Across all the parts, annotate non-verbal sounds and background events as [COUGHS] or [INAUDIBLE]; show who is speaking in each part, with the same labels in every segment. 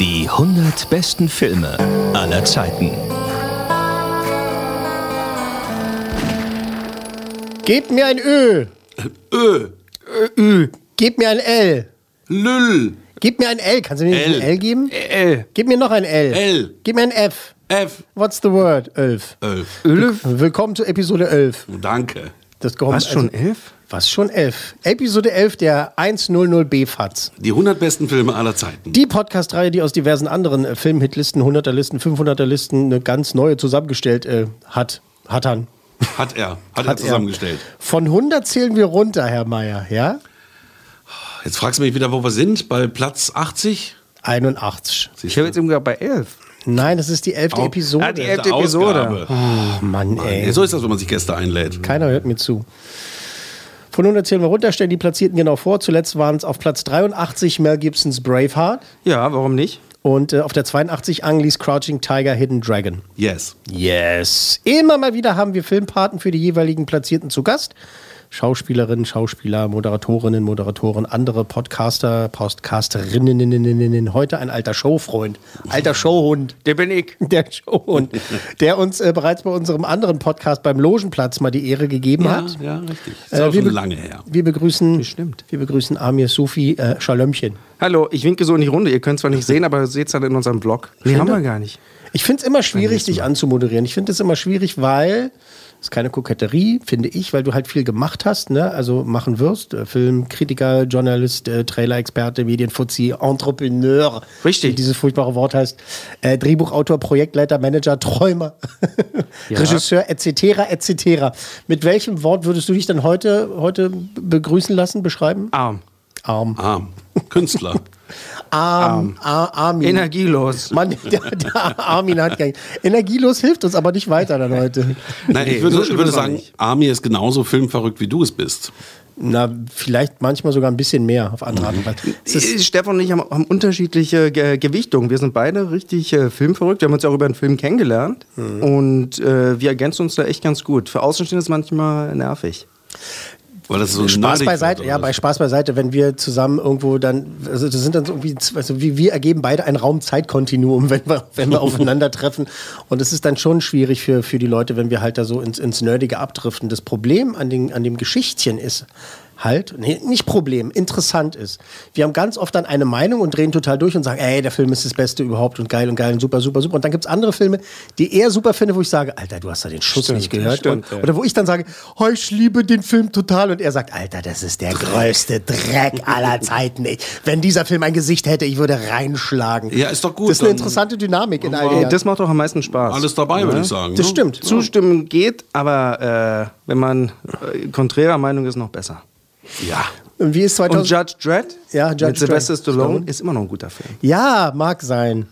Speaker 1: Die 100 besten Filme aller Zeiten.
Speaker 2: Gebt mir ein Ö.
Speaker 3: Ö.
Speaker 2: Ö, Ü. Gebt mir ein L.
Speaker 3: Lüll.
Speaker 2: Gib mir ein L. Kannst du mir nicht
Speaker 3: L.
Speaker 2: ein L geben?
Speaker 3: L.
Speaker 2: Gib mir noch ein L.
Speaker 3: L.
Speaker 2: Gib mir ein F.
Speaker 3: F.
Speaker 2: What's the word? 11.
Speaker 3: Elf. Oh,
Speaker 2: Willkommen zu Episode 11.
Speaker 3: Danke.
Speaker 2: Das Gehom-
Speaker 4: Was, schon
Speaker 2: also-
Speaker 4: elf?
Speaker 2: Was schon 11? Episode 11 der 100B-Fatz.
Speaker 3: Die 100 besten Filme aller Zeiten.
Speaker 2: Die Podcast-Reihe, die aus diversen anderen äh, Filmhitlisten, 100er-Listen, 500er-Listen eine ganz neue zusammengestellt äh, hat. Hat han.
Speaker 3: Hat er. Hat, er
Speaker 2: Hat er.
Speaker 3: zusammengestellt.
Speaker 2: Von 100 zählen wir runter, Herr Meier, ja?
Speaker 3: Jetzt fragst du mich wieder, wo wir sind. Bei Platz 80?
Speaker 2: 81.
Speaker 4: Ich habe jetzt eben gesagt bei elf.
Speaker 2: Nein, das ist die 11.
Speaker 3: Au-
Speaker 2: Episode.
Speaker 4: Ah, die
Speaker 3: Erste
Speaker 4: elfte Episode.
Speaker 3: Ausgabe.
Speaker 2: oh Mann, ey.
Speaker 3: Ja, so ist das, wenn man sich Gäste einlädt.
Speaker 2: Keiner hört mir zu. Von 100 zählen wir runter, stellen die Platzierten genau vor. Zuletzt waren es auf Platz 83 Mel Gibsons Braveheart
Speaker 4: Ja, warum nicht?
Speaker 2: und äh, auf der 82 Ang Lee's Crouching Tiger Hidden Dragon.
Speaker 3: Yes.
Speaker 2: Yes. Immer mal wieder haben wir Filmpaten für die jeweiligen Platzierten zu Gast. Schauspielerinnen, Schauspieler, Moderatorinnen, Moderatoren, andere Podcaster, Podcasterinnen. Heute ein alter Showfreund, alter Showhund.
Speaker 4: Der bin ich.
Speaker 2: [LAUGHS] Der Showhund, der uns äh, bereits bei unserem anderen Podcast beim Logenplatz mal die Ehre gegeben
Speaker 3: Ja,
Speaker 2: hat.
Speaker 3: ja, richtig. Das ist
Speaker 2: Äh,
Speaker 3: auch
Speaker 2: wir
Speaker 3: schon
Speaker 2: be-
Speaker 3: lange her.
Speaker 2: Wir begrüßen,
Speaker 4: Bestimmt.
Speaker 2: Wir begrüßen Amir Sufi äh, Schalömchen.
Speaker 4: Hallo, ich winke so in die Runde. Ihr könnt zwar nicht sehen, aber seht es dann in unserem Blog. Nee, haben wir gar nicht.
Speaker 2: Ich finde es immer schwierig, dich anzumoderieren. Ich finde es immer schwierig, weil es ist keine Koketterie, finde ich, weil du halt viel gemacht hast, ne? also machen wirst. Äh, Filmkritiker, Journalist, äh, Trailer-Experte, Medienfuzzi, Entrepreneur.
Speaker 4: Richtig.
Speaker 2: Wie dieses furchtbare Wort heißt. Äh, Drehbuchautor, Projektleiter, Manager, Träumer, [LAUGHS] Regisseur, etc., etc. Mit welchem Wort würdest du dich dann heute, heute begrüßen lassen, beschreiben?
Speaker 4: Arm.
Speaker 2: Arm.
Speaker 3: Arm.
Speaker 2: [LAUGHS]
Speaker 3: Künstler.
Speaker 2: Arm. Ar Armin.
Speaker 4: Energielos.
Speaker 2: Mann, [LAUGHS] der, der Armin hat kein. Energielos hilft uns aber nicht weiter dann heute.
Speaker 3: Nein,
Speaker 4: Nee,
Speaker 3: ich würde,
Speaker 4: so
Speaker 3: ich
Speaker 4: schlimm
Speaker 3: würde
Speaker 4: ist auch
Speaker 3: sagen,
Speaker 4: nicht.
Speaker 3: Armin ist genauso filmverrückt, wie du es bist.
Speaker 2: Na, vielleicht manchmal sogar ein bisschen mehr auf andere Art und Weise. Es ist-
Speaker 4: Äh, Stefan und ich haben, haben unterschiedliche Ge Gewichtungen. Wir sind beide richtig äh, filmverrückt. Wir haben uns ja auch über einen Film kennengelernt. Und äh, wir ergänzen uns da echt ganz gut. Für Außenstehende ist es manchmal nervig.
Speaker 3: Weil das ist so eine
Speaker 2: Spaß
Speaker 3: Nadig-
Speaker 2: beiseite, ja, bei Spaß beiseite, wenn wir zusammen irgendwo dann, also das sind dann so irgendwie, z- also wir, wir ergeben beide ein Raum-Zeit-Kontinuum, [LAUGHS] wenn wir, wenn wir aufeinandertreffen. Und es ist dann schon schwierig für, für die Leute, wenn wir halt da so ins, ins Nerdige abdriften. Das Problem an, den, an dem Geschichtchen ist halt, nee, nicht Problem, interessant ist. Wir haben ganz oft dann eine Meinung und drehen total durch und sagen, ey, der Film ist das Beste überhaupt und geil und geil und super, super, super. Und dann gibt es andere Filme, die eher super finde, wo ich sage, Alter, du hast da den Schuss nicht gehört.
Speaker 4: stimmt,
Speaker 2: und,
Speaker 4: ja.
Speaker 2: oder wo ich dann sage, oh, ich liebe den Film total. Und er sagt, Alter, das ist der größte Dreck
Speaker 4: [LAUGHS]
Speaker 2: aller Zeiten. Ich, wenn dieser Film ein Gesicht hätte, ich würde reinschlagen.
Speaker 3: Ja, ist doch gut,
Speaker 2: Das ist eine
Speaker 3: dann-
Speaker 2: interessante Dynamik in all
Speaker 4: Ey,
Speaker 2: dem.
Speaker 4: Das macht doch am meisten Spaß.
Speaker 3: Alles dabei, würde ich sagen.
Speaker 2: Das
Speaker 3: ne?
Speaker 2: stimmt.
Speaker 4: Zustimmen geht, aber äh, wenn man äh, konträrer Meinung ist, noch besser.
Speaker 3: Ja.
Speaker 2: Und wie ist 2000?
Speaker 4: Und Judge Dredd
Speaker 2: Ja, Judge
Speaker 4: mit Sylvester
Speaker 2: Dredd.
Speaker 4: Stallone
Speaker 2: Stallone.
Speaker 4: ist immer noch ein guter Film.
Speaker 2: Ja, mag sein.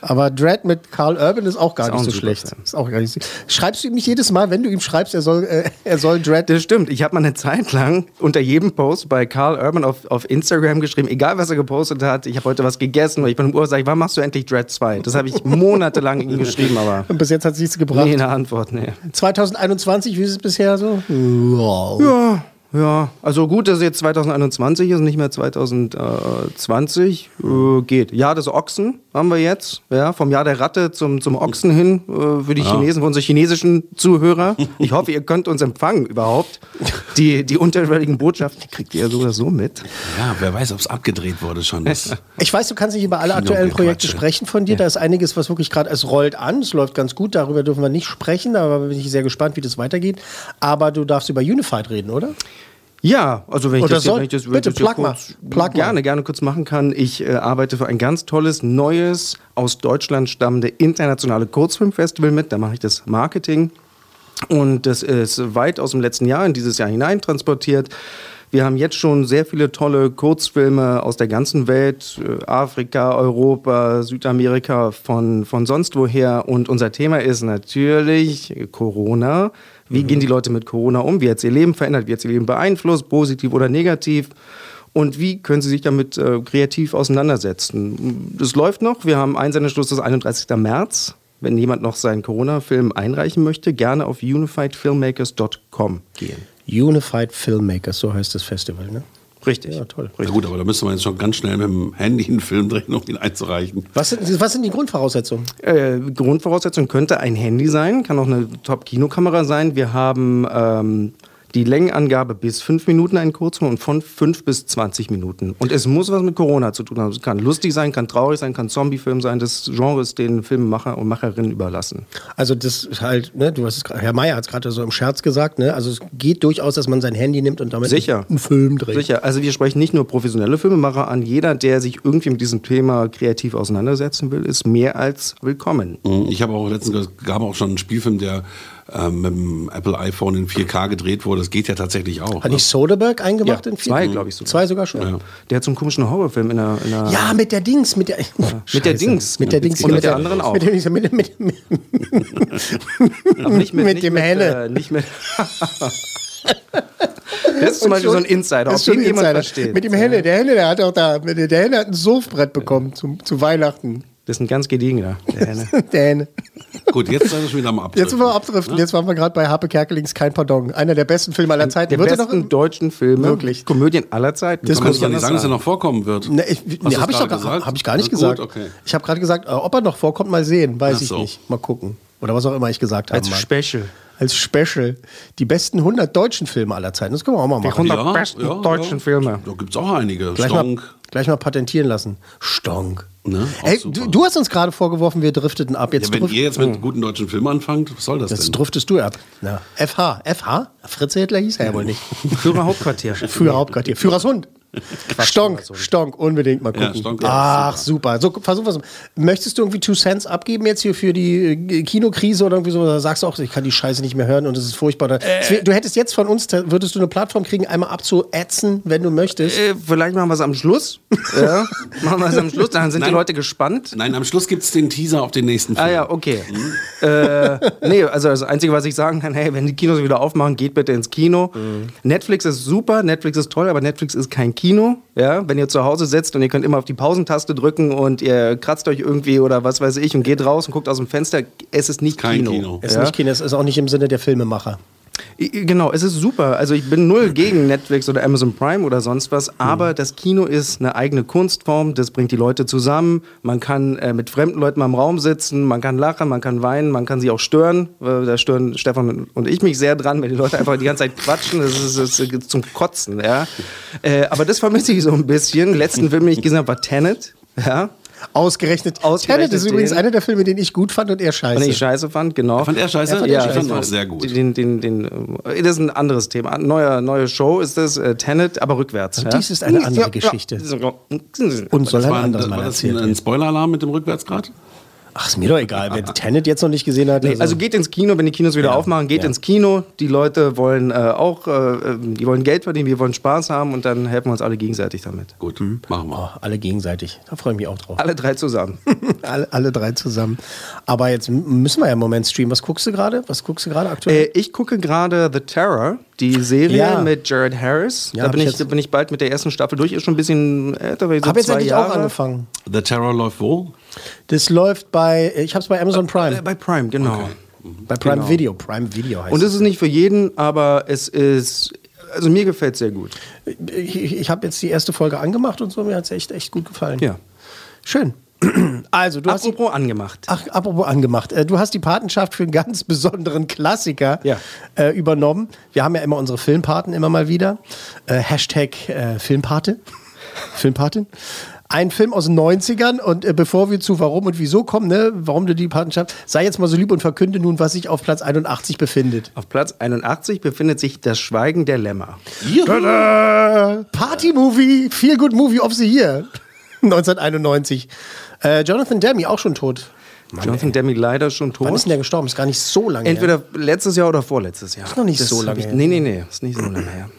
Speaker 2: Aber Dread mit Carl Urban ist auch gar
Speaker 4: Ist auch
Speaker 2: nicht
Speaker 4: ein
Speaker 2: so
Speaker 4: super
Speaker 2: schlecht.
Speaker 4: Film.
Speaker 2: Ist auch gar nicht so. Schreibst du ihm nicht jedes Mal, wenn du ihm schreibst, er soll, äh, er soll Dread.
Speaker 4: Das stimmt. Ich habe mal eine Zeit lang unter jedem Post bei Carl Urban auf, auf Instagram geschrieben, egal was er gepostet hat, ich habe heute was gegessen oder ich bin im Urlaub, sag ich, wann machst du endlich Dread 2?
Speaker 2: [LAUGHS]
Speaker 4: Das habe ich monatelang ihm geschrieben, aber
Speaker 2: Und bis jetzt hat es nichts gebracht.
Speaker 4: nie eine Antwort. Nee.
Speaker 2: 2021, wie ist es bisher so? Wow.
Speaker 4: Ja, Ah, ja. Also gut, dass es jetzt 2021 ist und nicht mehr 2020. Äh, geht. Jahr des Ochsen haben wir jetzt. Ja, vom Jahr der Ratte zum, zum Ochsen hin äh, für die Chinesen, für unsere chinesischen Zuhörer. Ich hoffe, ihr könnt uns empfangen überhaupt. Die, die unterschwelligen Botschaften, die kriegt ihr ja sogar so mit.
Speaker 3: Ja, wer weiß, ob es abgedreht wurde schon.
Speaker 2: [LAUGHS]
Speaker 3: Das
Speaker 2: Ich weiß, du kannst nicht über alle aktuellen
Speaker 3: Gequatsche.
Speaker 2: Projekte sprechen von dir. Da ist einiges, was wirklich gerade, es rollt an, es läuft ganz gut, darüber dürfen wir nicht sprechen, aber bin ich sehr gespannt, wie das weitergeht. Aber du darfst über Unified reden, oder?
Speaker 4: Ja, also wenn ich
Speaker 2: Oder
Speaker 4: das, hier,
Speaker 2: soll-
Speaker 4: wenn ich das wenn
Speaker 2: bitte,
Speaker 4: ich das hier
Speaker 2: plug mal,
Speaker 4: kurz,
Speaker 2: plug mal.
Speaker 4: gerne, gerne kurz machen kann, ich äh, arbeite für ein ganz tolles, neues, aus Deutschland stammende internationale Kurzfilmfestival mit. Da mache ich das Marketing Und das ist weit aus dem letzten Jahr in dieses Jahr hinein transportiert. Wir haben jetzt schon sehr viele tolle Kurzfilme aus der ganzen Welt, äh, Afrika, Europa, Südamerika, von, von sonst woher. Und unser Thema ist natürlich Corona. Wie gehen die Leute mit Corona um? Wie hat es ihr Leben verändert? Wie hat es ihr Leben beeinflusst? Positiv oder negativ? Und wie können Sie sich damit äh, kreativ auseinandersetzen? Das läuft noch. Wir haben Einsendeschluss des 31. März. Wenn jemand noch seinen Corona-Film einreichen möchte, gerne auf unifiedfilmmakers.com gehen.
Speaker 2: Unified Filmmakers, so heißt das Festival, ne?
Speaker 4: Richtig.
Speaker 2: Ja, toll.
Speaker 3: Na gut, aber da müsste man jetzt schon ganz schnell mit dem Handy einen Film drehen, um ihn einzureichen.
Speaker 2: Was sind, was sind die Grundvoraussetzungen?
Speaker 4: Äh, Grundvoraussetzung könnte ein Handy sein, kann auch eine Top-Kinokamera sein. Wir haben ähm, die Längenangabe bis 5 Minuten einen Kurzfilm und von 5 bis 20 Minuten. Und es muss was mit Corona zu tun haben. Es kann lustig sein, kann traurig sein, kann Zombie-Film sein. Das Genre ist den Filmemacher und Macherinnen überlassen.
Speaker 2: Also das ist halt, ne, du hast es, gra- Herr Mayer hat es gerade so im Scherz gesagt, ne? Also es geht durchaus, dass man sein Handy nimmt und damit
Speaker 4: Sicher.
Speaker 2: einen Film dreht.
Speaker 4: Sicher, also wir sprechen nicht nur professionelle Filmemacher an. Jeder, der sich irgendwie mit diesem Thema kreativ auseinandersetzen will, ist mehr als willkommen.
Speaker 3: Hm, Ich habe auch letztens gab auch schon einen Spielfilm, der ähm, mit dem Apple iPhone in 4K gedreht wurde. Das geht ja tatsächlich auch.
Speaker 2: Hat Ah, nicht Soderbergh eingemacht
Speaker 4: Ja,
Speaker 2: in vier-
Speaker 4: zwei, glaube ich, sogar.
Speaker 2: Zwei sogar schon. Ja.
Speaker 4: Der hat so einen komischen Horrorfilm in einer. In einer
Speaker 2: mit der Dings, mit der
Speaker 4: Mit der
Speaker 2: Scheiße.
Speaker 4: Dings.
Speaker 2: mit der Dings
Speaker 4: Und
Speaker 2: hier,
Speaker 4: mit der anderen auch.
Speaker 2: Mit, der Dings, mit, mit, mit,
Speaker 4: Aber nicht mit,
Speaker 2: mit
Speaker 4: nicht
Speaker 2: dem
Speaker 4: mit,
Speaker 2: Henne. [LAUGHS]
Speaker 4: Äh, nicht mit. das ist zum
Speaker 2: Und
Speaker 4: Beispiel so ein
Speaker 2: schon-
Speaker 4: Insider,
Speaker 2: ist
Speaker 4: auf
Speaker 2: schon
Speaker 4: den jemand
Speaker 2: Insider.
Speaker 4: versteht.
Speaker 2: Mit dem Henne, der Henne, der hat auch da, mit- der Henne hat ein Surfbrett bekommen zum, zu Weihnachten.
Speaker 4: Das ist ein
Speaker 2: [LAUGHS]
Speaker 4: ganz gediegener. Der Henne.
Speaker 2: Der Henne.
Speaker 3: ne? Gut, jetzt sind wir schon wieder am Abdriften.
Speaker 2: Jetzt sind wir am abdriften. Jetzt waren wir gerade bei Harpe Kerkelings Kein Pardon. Einer der besten Filme aller Zeiten.
Speaker 4: Der
Speaker 2: Wird er
Speaker 4: besten
Speaker 2: noch,
Speaker 4: deutschen Filme,
Speaker 2: Wirklich.
Speaker 4: Komödien aller Zeiten.
Speaker 2: Das
Speaker 3: Kann man
Speaker 2: muss
Speaker 3: doch nicht sagen, dass er noch vorkommen wird.
Speaker 2: ne, ich, nee,
Speaker 3: Hast du
Speaker 2: habe ich
Speaker 3: es
Speaker 2: doch
Speaker 3: gerade
Speaker 2: gar,
Speaker 3: gesagt?
Speaker 2: hab ich gar nicht
Speaker 3: Na gut,
Speaker 2: gesagt.
Speaker 3: okay.
Speaker 2: Ich habe gerade gesagt, äh, ob er noch vorkommt, mal sehen, weiß
Speaker 3: Ach
Speaker 2: ich
Speaker 3: so.
Speaker 2: nicht. Mal gucken. Oder was auch immer ich gesagt habe.
Speaker 4: als Special.
Speaker 2: Als Special. Die besten 100 deutschen Filme aller Zeiten. Das können wir auch mal machen.
Speaker 4: 100 besten deutschen Filme.
Speaker 3: Da gibt es auch einige.
Speaker 2: Gleich
Speaker 3: Stonk.
Speaker 2: mal, gleich mal patentieren lassen. Stonk.
Speaker 3: Ne? Auch
Speaker 2: Ey,
Speaker 3: super.
Speaker 2: du, du hast uns gerade vorgeworfen, wir drifteten ab. Jetzt,
Speaker 3: Ja, wenn
Speaker 2: drift-
Speaker 3: ihr jetzt mit guten deutschen Filmen anfangt, was soll das
Speaker 2: jetzt
Speaker 3: denn?
Speaker 2: driftest du ab. Na, FH. FH? Fritz Hitler hieß er ja wohl
Speaker 3: [LAUGHS]
Speaker 2: nicht.
Speaker 4: Führer Hauptquartier.
Speaker 2: Führer Hauptquartier. Führers Hund. Stonk, Stonk, unbedingt mal gucken.
Speaker 3: Ja, Stonk, ja,
Speaker 2: Ach, super. So, versuch was. Möchtest du irgendwie Two Cents abgeben jetzt hier für die äh, Kinokrise oder irgendwie so? Oder sagst du auch, ich kann die Scheiße nicht mehr hören und es ist furchtbar.
Speaker 3: Äh.
Speaker 2: Das wär- Du hättest jetzt von uns, da würdest du eine Plattform kriegen, einmal abzuätzen, wenn du möchtest.
Speaker 4: Äh, vielleicht machen wir es am
Speaker 2: [LAUGHS]
Speaker 4: Schluss. ja, machen wir es am Schluss, dann sind
Speaker 3: Nein.
Speaker 4: die Leute gespannt.
Speaker 3: Nein, am Schluss gibt es den Teaser auf den nächsten Film.
Speaker 4: Ah ja, okay.
Speaker 3: Hm?
Speaker 4: äh, nee, also das Einzige, was ich sagen kann, [LAUGHS] hey, wenn die Kinos wieder aufmachen, geht bitte ins Kino.
Speaker 3: Hm.
Speaker 4: Netflix ist super, Netflix ist toll, aber Netflix ist kein Kino. Ja, wenn ihr zu Hause sitzt und ihr könnt immer auf die Pausentaste drücken und ihr kratzt euch irgendwie oder was weiß ich und geht raus und guckt aus dem Fenster, es ist nicht
Speaker 3: Kein
Speaker 4: Kino.
Speaker 3: Kino.
Speaker 2: Ist nicht Kino, es ist auch nicht im Sinne der Filmemacher.
Speaker 4: I- i- Genau, es ist super. Also ich bin null gegen Netflix oder Amazon Prime oder sonst was, aber das Kino ist eine eigene Kunstform, das bringt die Leute zusammen. Man kann äh, mit fremden Leuten mal im Raum sitzen, man kann lachen, man kann weinen, man kann sie auch stören. Äh, da stören Stefan und ich mich sehr dran, wenn die Leute einfach die ganze Zeit quatschen. Das ist, das ist zum Kotzen, ja. Äh, aber das vermisse ich so ein bisschen. Letzten Film, den ich gesehen habe, war Tenet. Ja,
Speaker 2: Ausgerechnet.
Speaker 4: Ausgerechnet
Speaker 2: Tenet ist übrigens
Speaker 4: den.
Speaker 2: einer der Filme, den ich gut fand und er scheiße.
Speaker 4: Fand ich scheiße fand, genau.
Speaker 3: Fand er scheiße?
Speaker 4: Ja,
Speaker 3: ich fand
Speaker 4: ja,
Speaker 3: auch sehr gut.
Speaker 4: Den, den, den, äh, das ist ein anderes Thema. Neue, neue Show ist das, äh, Tenet, aber rückwärts. ja?
Speaker 2: dies ist eine andere Geschichte.
Speaker 4: Und
Speaker 2: und soll ein
Speaker 3: War, ein-
Speaker 2: anderes
Speaker 3: war
Speaker 2: Mal
Speaker 3: das ein,
Speaker 2: erzählt
Speaker 3: ein
Speaker 2: werden.
Speaker 3: Spoiler-Alarm mit dem Rückwärtsgrad?
Speaker 2: Ach, ist mir doch egal, [LAUGHS] wer Tenet jetzt noch nicht gesehen hat.
Speaker 4: also geht ins Kino, wenn die Kinos wieder aufmachen, geht ins Kino. Die Leute wollen äh, auch, äh, die wollen Geld verdienen, wir wollen Spaß haben und dann helfen wir uns alle gegenseitig damit.
Speaker 3: Gut, machen wir.
Speaker 2: oh, alle gegenseitig. Da freue ich mich auch drauf.
Speaker 4: Alle drei zusammen.
Speaker 2: [LAUGHS] alle, alle drei zusammen. Aber jetzt m- müssen wir ja im Moment streamen. Was guckst du gerade? Was guckst du gerade aktuell?
Speaker 4: Äh, ich gucke gerade The Terror, die Serie
Speaker 2: Ja.
Speaker 4: mit Jared Harris.
Speaker 2: Ja,
Speaker 4: da
Speaker 2: hab
Speaker 4: bin
Speaker 2: ich
Speaker 4: ich,
Speaker 2: jetzt-
Speaker 4: bin ich bald mit der ersten Staffel durch. Ist schon ein bisschen älter, weil so
Speaker 2: Hab jetzt
Speaker 4: zwei
Speaker 2: endlich
Speaker 4: Jahre.
Speaker 2: auch angefangen.
Speaker 3: The Terror läuft wo?
Speaker 2: Das läuft bei, ich habe es bei Amazon Prime.
Speaker 4: Äh, Bei Prime, genau.
Speaker 2: bei Mhm. Prime Video. Prime Video heißt
Speaker 4: Und
Speaker 2: es.
Speaker 4: es ist nicht für jeden, aber es ist. Also mir gefällt es sehr gut.
Speaker 2: Ich, ich- ich habe jetzt die erste Folge angemacht und so. Mir hat es echt, echt gut gefallen.
Speaker 4: Ja.
Speaker 2: Schön. [CLEARS THROAT] Also, du hast die
Speaker 4: Apropos angemacht.
Speaker 2: Ach, apropos angemacht. Äh, Du hast die Patenschaft für einen ganz besonderen Klassiker
Speaker 4: Ja.
Speaker 2: äh, übernommen. Wir haben ja immer unsere Filmpaten immer mal wieder. Äh, Hashtag äh, Filmpate. Filmpatin. Ein Film aus den 90ern und äh, bevor wir zu Warum und Wieso kommen, ne, warum du die Patenschaft, sei jetzt mal so lieb und verkünde nun, was sich auf Platz 81 befindet.
Speaker 4: Auf Platz 81 befindet sich Das Schweigen der Lämmer.
Speaker 2: Party-Movie, Feel [LAUGHS] Good Movie of the Year. 1991. Äh, Jonathan Demme, auch schon tot.
Speaker 4: Jonathan Demi leider schon tot.
Speaker 2: Wann ist denn der gestorben? Ist gar nicht so lange
Speaker 4: Entweder letztes Jahr oder vorletztes Jahr. Ist
Speaker 2: noch nicht so lange
Speaker 4: Ich,
Speaker 2: her.
Speaker 4: nee, nee, nee, ist nicht so lange her.
Speaker 2: her.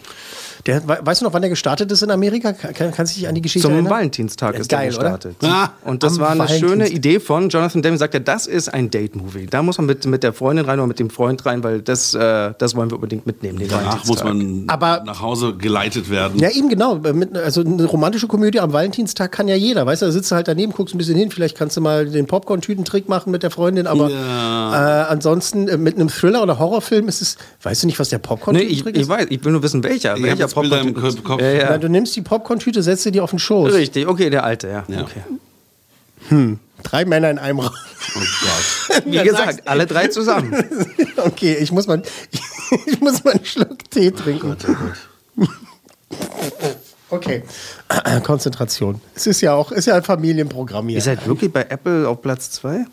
Speaker 2: Der, we- weißt du noch, wann der gestartet ist in Amerika? Kann, kannst du dich an die Geschichte
Speaker 4: Zum
Speaker 2: erinnern?
Speaker 4: Valentinstag
Speaker 2: Ja,
Speaker 4: ist der
Speaker 2: geil, oder?
Speaker 4: gestartet.
Speaker 3: Ah,
Speaker 4: und das
Speaker 2: am
Speaker 4: war eine schöne
Speaker 2: Valentinstag.
Speaker 4: Idee von Jonathan Demme. Sagt er, das ist ein Date-Movie. Da muss man mit, mit der Freundin rein oder mit dem Freund rein, weil das, äh, das wollen wir unbedingt mitnehmen. Den
Speaker 3: Danach muss man
Speaker 2: Aber-
Speaker 3: nach Hause geleitet werden.
Speaker 2: Ja, eben genau. Mit, also eine romantische Komödie am Valentinstag kann ja jeder. Weißt du, da sitzt du halt daneben, guckst ein bisschen hin. Vielleicht kannst du mal den Popcorn-Tütentrick machen mit der Freundin. Aber äh, ansonsten äh, mit einem Thriller oder Horrorfilm ist es. Weißt du nicht, was der
Speaker 4: Nee, ich,
Speaker 2: Popcorn-Tütentrick
Speaker 4: ich
Speaker 2: ist?
Speaker 4: weiß, ich will nur wissen, welcher.
Speaker 3: Ich hab
Speaker 4: welcher
Speaker 3: jetzt Bilder im
Speaker 4: Popcorn-
Speaker 3: Kopf.
Speaker 4: Ja, ja.
Speaker 2: Nein, du nimmst die Popcorn-Tüte, setzt dir die auf den Schoß.
Speaker 4: Richtig, okay, der alte, ja.
Speaker 3: Ja.
Speaker 4: Okay.
Speaker 2: Drei Männer in einem Raum.
Speaker 3: Oh Gott.
Speaker 4: Wie
Speaker 2: Ja,
Speaker 4: gesagt,
Speaker 2: sag's.
Speaker 4: alle
Speaker 2: [LAUGHS]
Speaker 4: drei zusammen.
Speaker 2: okay, ich muss mal, [LAUGHS] ich muss mal einen Schluck Tee
Speaker 3: Oh
Speaker 4: Oh
Speaker 2: trinken. Okay, [CLEARS THROAT] Konzentration. Es ist ja auch, ist ja ein Familienprogramm hier.
Speaker 4: Ihr seid wirklich bei Apple auf Platz 2?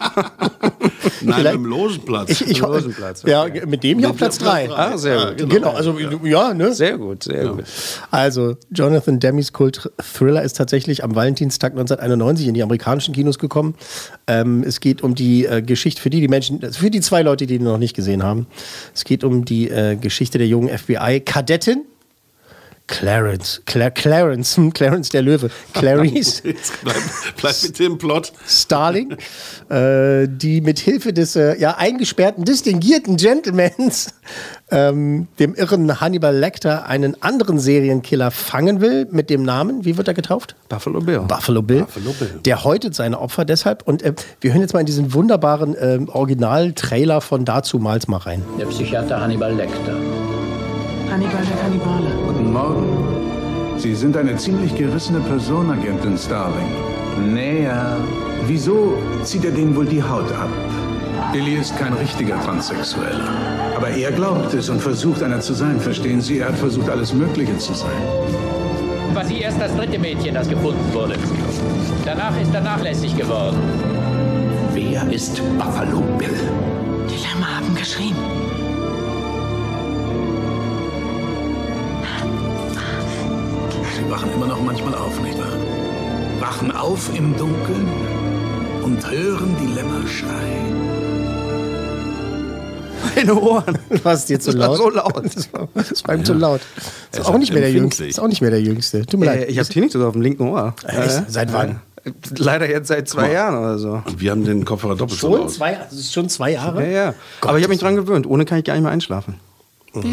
Speaker 3: Nein,
Speaker 2: Vielleicht-
Speaker 3: im Logenplatz.
Speaker 2: Ich, ich,
Speaker 4: Rosenplatz,
Speaker 2: ja,
Speaker 4: okay.
Speaker 2: mit dem hier auf
Speaker 3: Mit
Speaker 2: Platz
Speaker 3: dem auf
Speaker 2: 3.
Speaker 3: Platz drei.
Speaker 4: Ah, sehr gut.
Speaker 2: Genau, also ja, ne?
Speaker 4: Sehr gut, sehr gut.
Speaker 2: Also, Jonathan Demme's Kult-Thriller ist tatsächlich am Valentinstag 1991 in die amerikanischen Kinos gekommen. Ähm, es geht um die äh, Geschichte, für die, die Menschen, äh, für die zwei Leute, die ihn noch nicht gesehen haben. Es geht um die äh, Geschichte der jungen FBI-Kadettin. Clarence, Cla Clarence, hm, Clarence der Löwe, Clarice
Speaker 3: [LAUGHS] Jetzt bleib, bleib mit dem Plot.
Speaker 2: Starling, äh, die mit Hilfe des äh, ja, eingesperrten, distinguierten Gentlemans, ähm, dem irren Hannibal Lecter, einen anderen Serienkiller fangen will mit dem Namen, wie wird er getauft?
Speaker 4: Buffalo Bill.
Speaker 2: Buffalo Bill, der häutet seine Opfer deshalb. Und äh, wir hören jetzt mal in diesen wunderbaren ähm, Original-Trailer von dazumals mal rein.
Speaker 5: Der Psychiater Hannibal Lecter.
Speaker 6: Hannibal der Kannibale.
Speaker 7: Guten Morgen. Sie sind eine ziemlich gerissene Person, Agentin Starling. Näher. Wieso zieht er denen wohl die Haut ab? Billy ist kein richtiger Transsexueller. Aber er glaubt es und versucht einer zu sein, verstehen Sie? Er hat versucht, alles Mögliche zu sein.
Speaker 5: War sie erst das dritte Mädchen, das gefunden wurde. Danach ist er nachlässig geworden. Wer ist Buffalo Bill?
Speaker 6: Die Lämmer haben geschrien.
Speaker 7: Sie wachen immer noch manchmal auf, nicht wahr? Wachen auf im Dunkeln und hören die Lämmer schreien.
Speaker 4: Meine Ohren.
Speaker 2: [LAUGHS] Was ist dir zu
Speaker 4: [LAUGHS] Das war
Speaker 2: laut?
Speaker 4: so laut.
Speaker 2: Das war, das war ihm zu laut. Ist auch, nicht mehr der Jüngste.
Speaker 3: empfindlich.
Speaker 2: ist auch nicht mehr der Jüngste. Tut mir
Speaker 4: [LAUGHS] Äh,
Speaker 2: leid.
Speaker 4: ich habe Tinnitus auf dem linken Ohr.
Speaker 2: Echt? Seit wann?
Speaker 4: Äh, Leider jetzt seit zwei Jahren oder so.
Speaker 3: Und wir haben den Kopfhörer doppelt so
Speaker 2: Schon
Speaker 3: laut.
Speaker 2: zwei, das ist schon zwei Jahre?
Speaker 4: Ja, ja. Aber ich habe mich dran gewöhnt. Ohne kann ich gar nicht mehr einschlafen.
Speaker 2: It's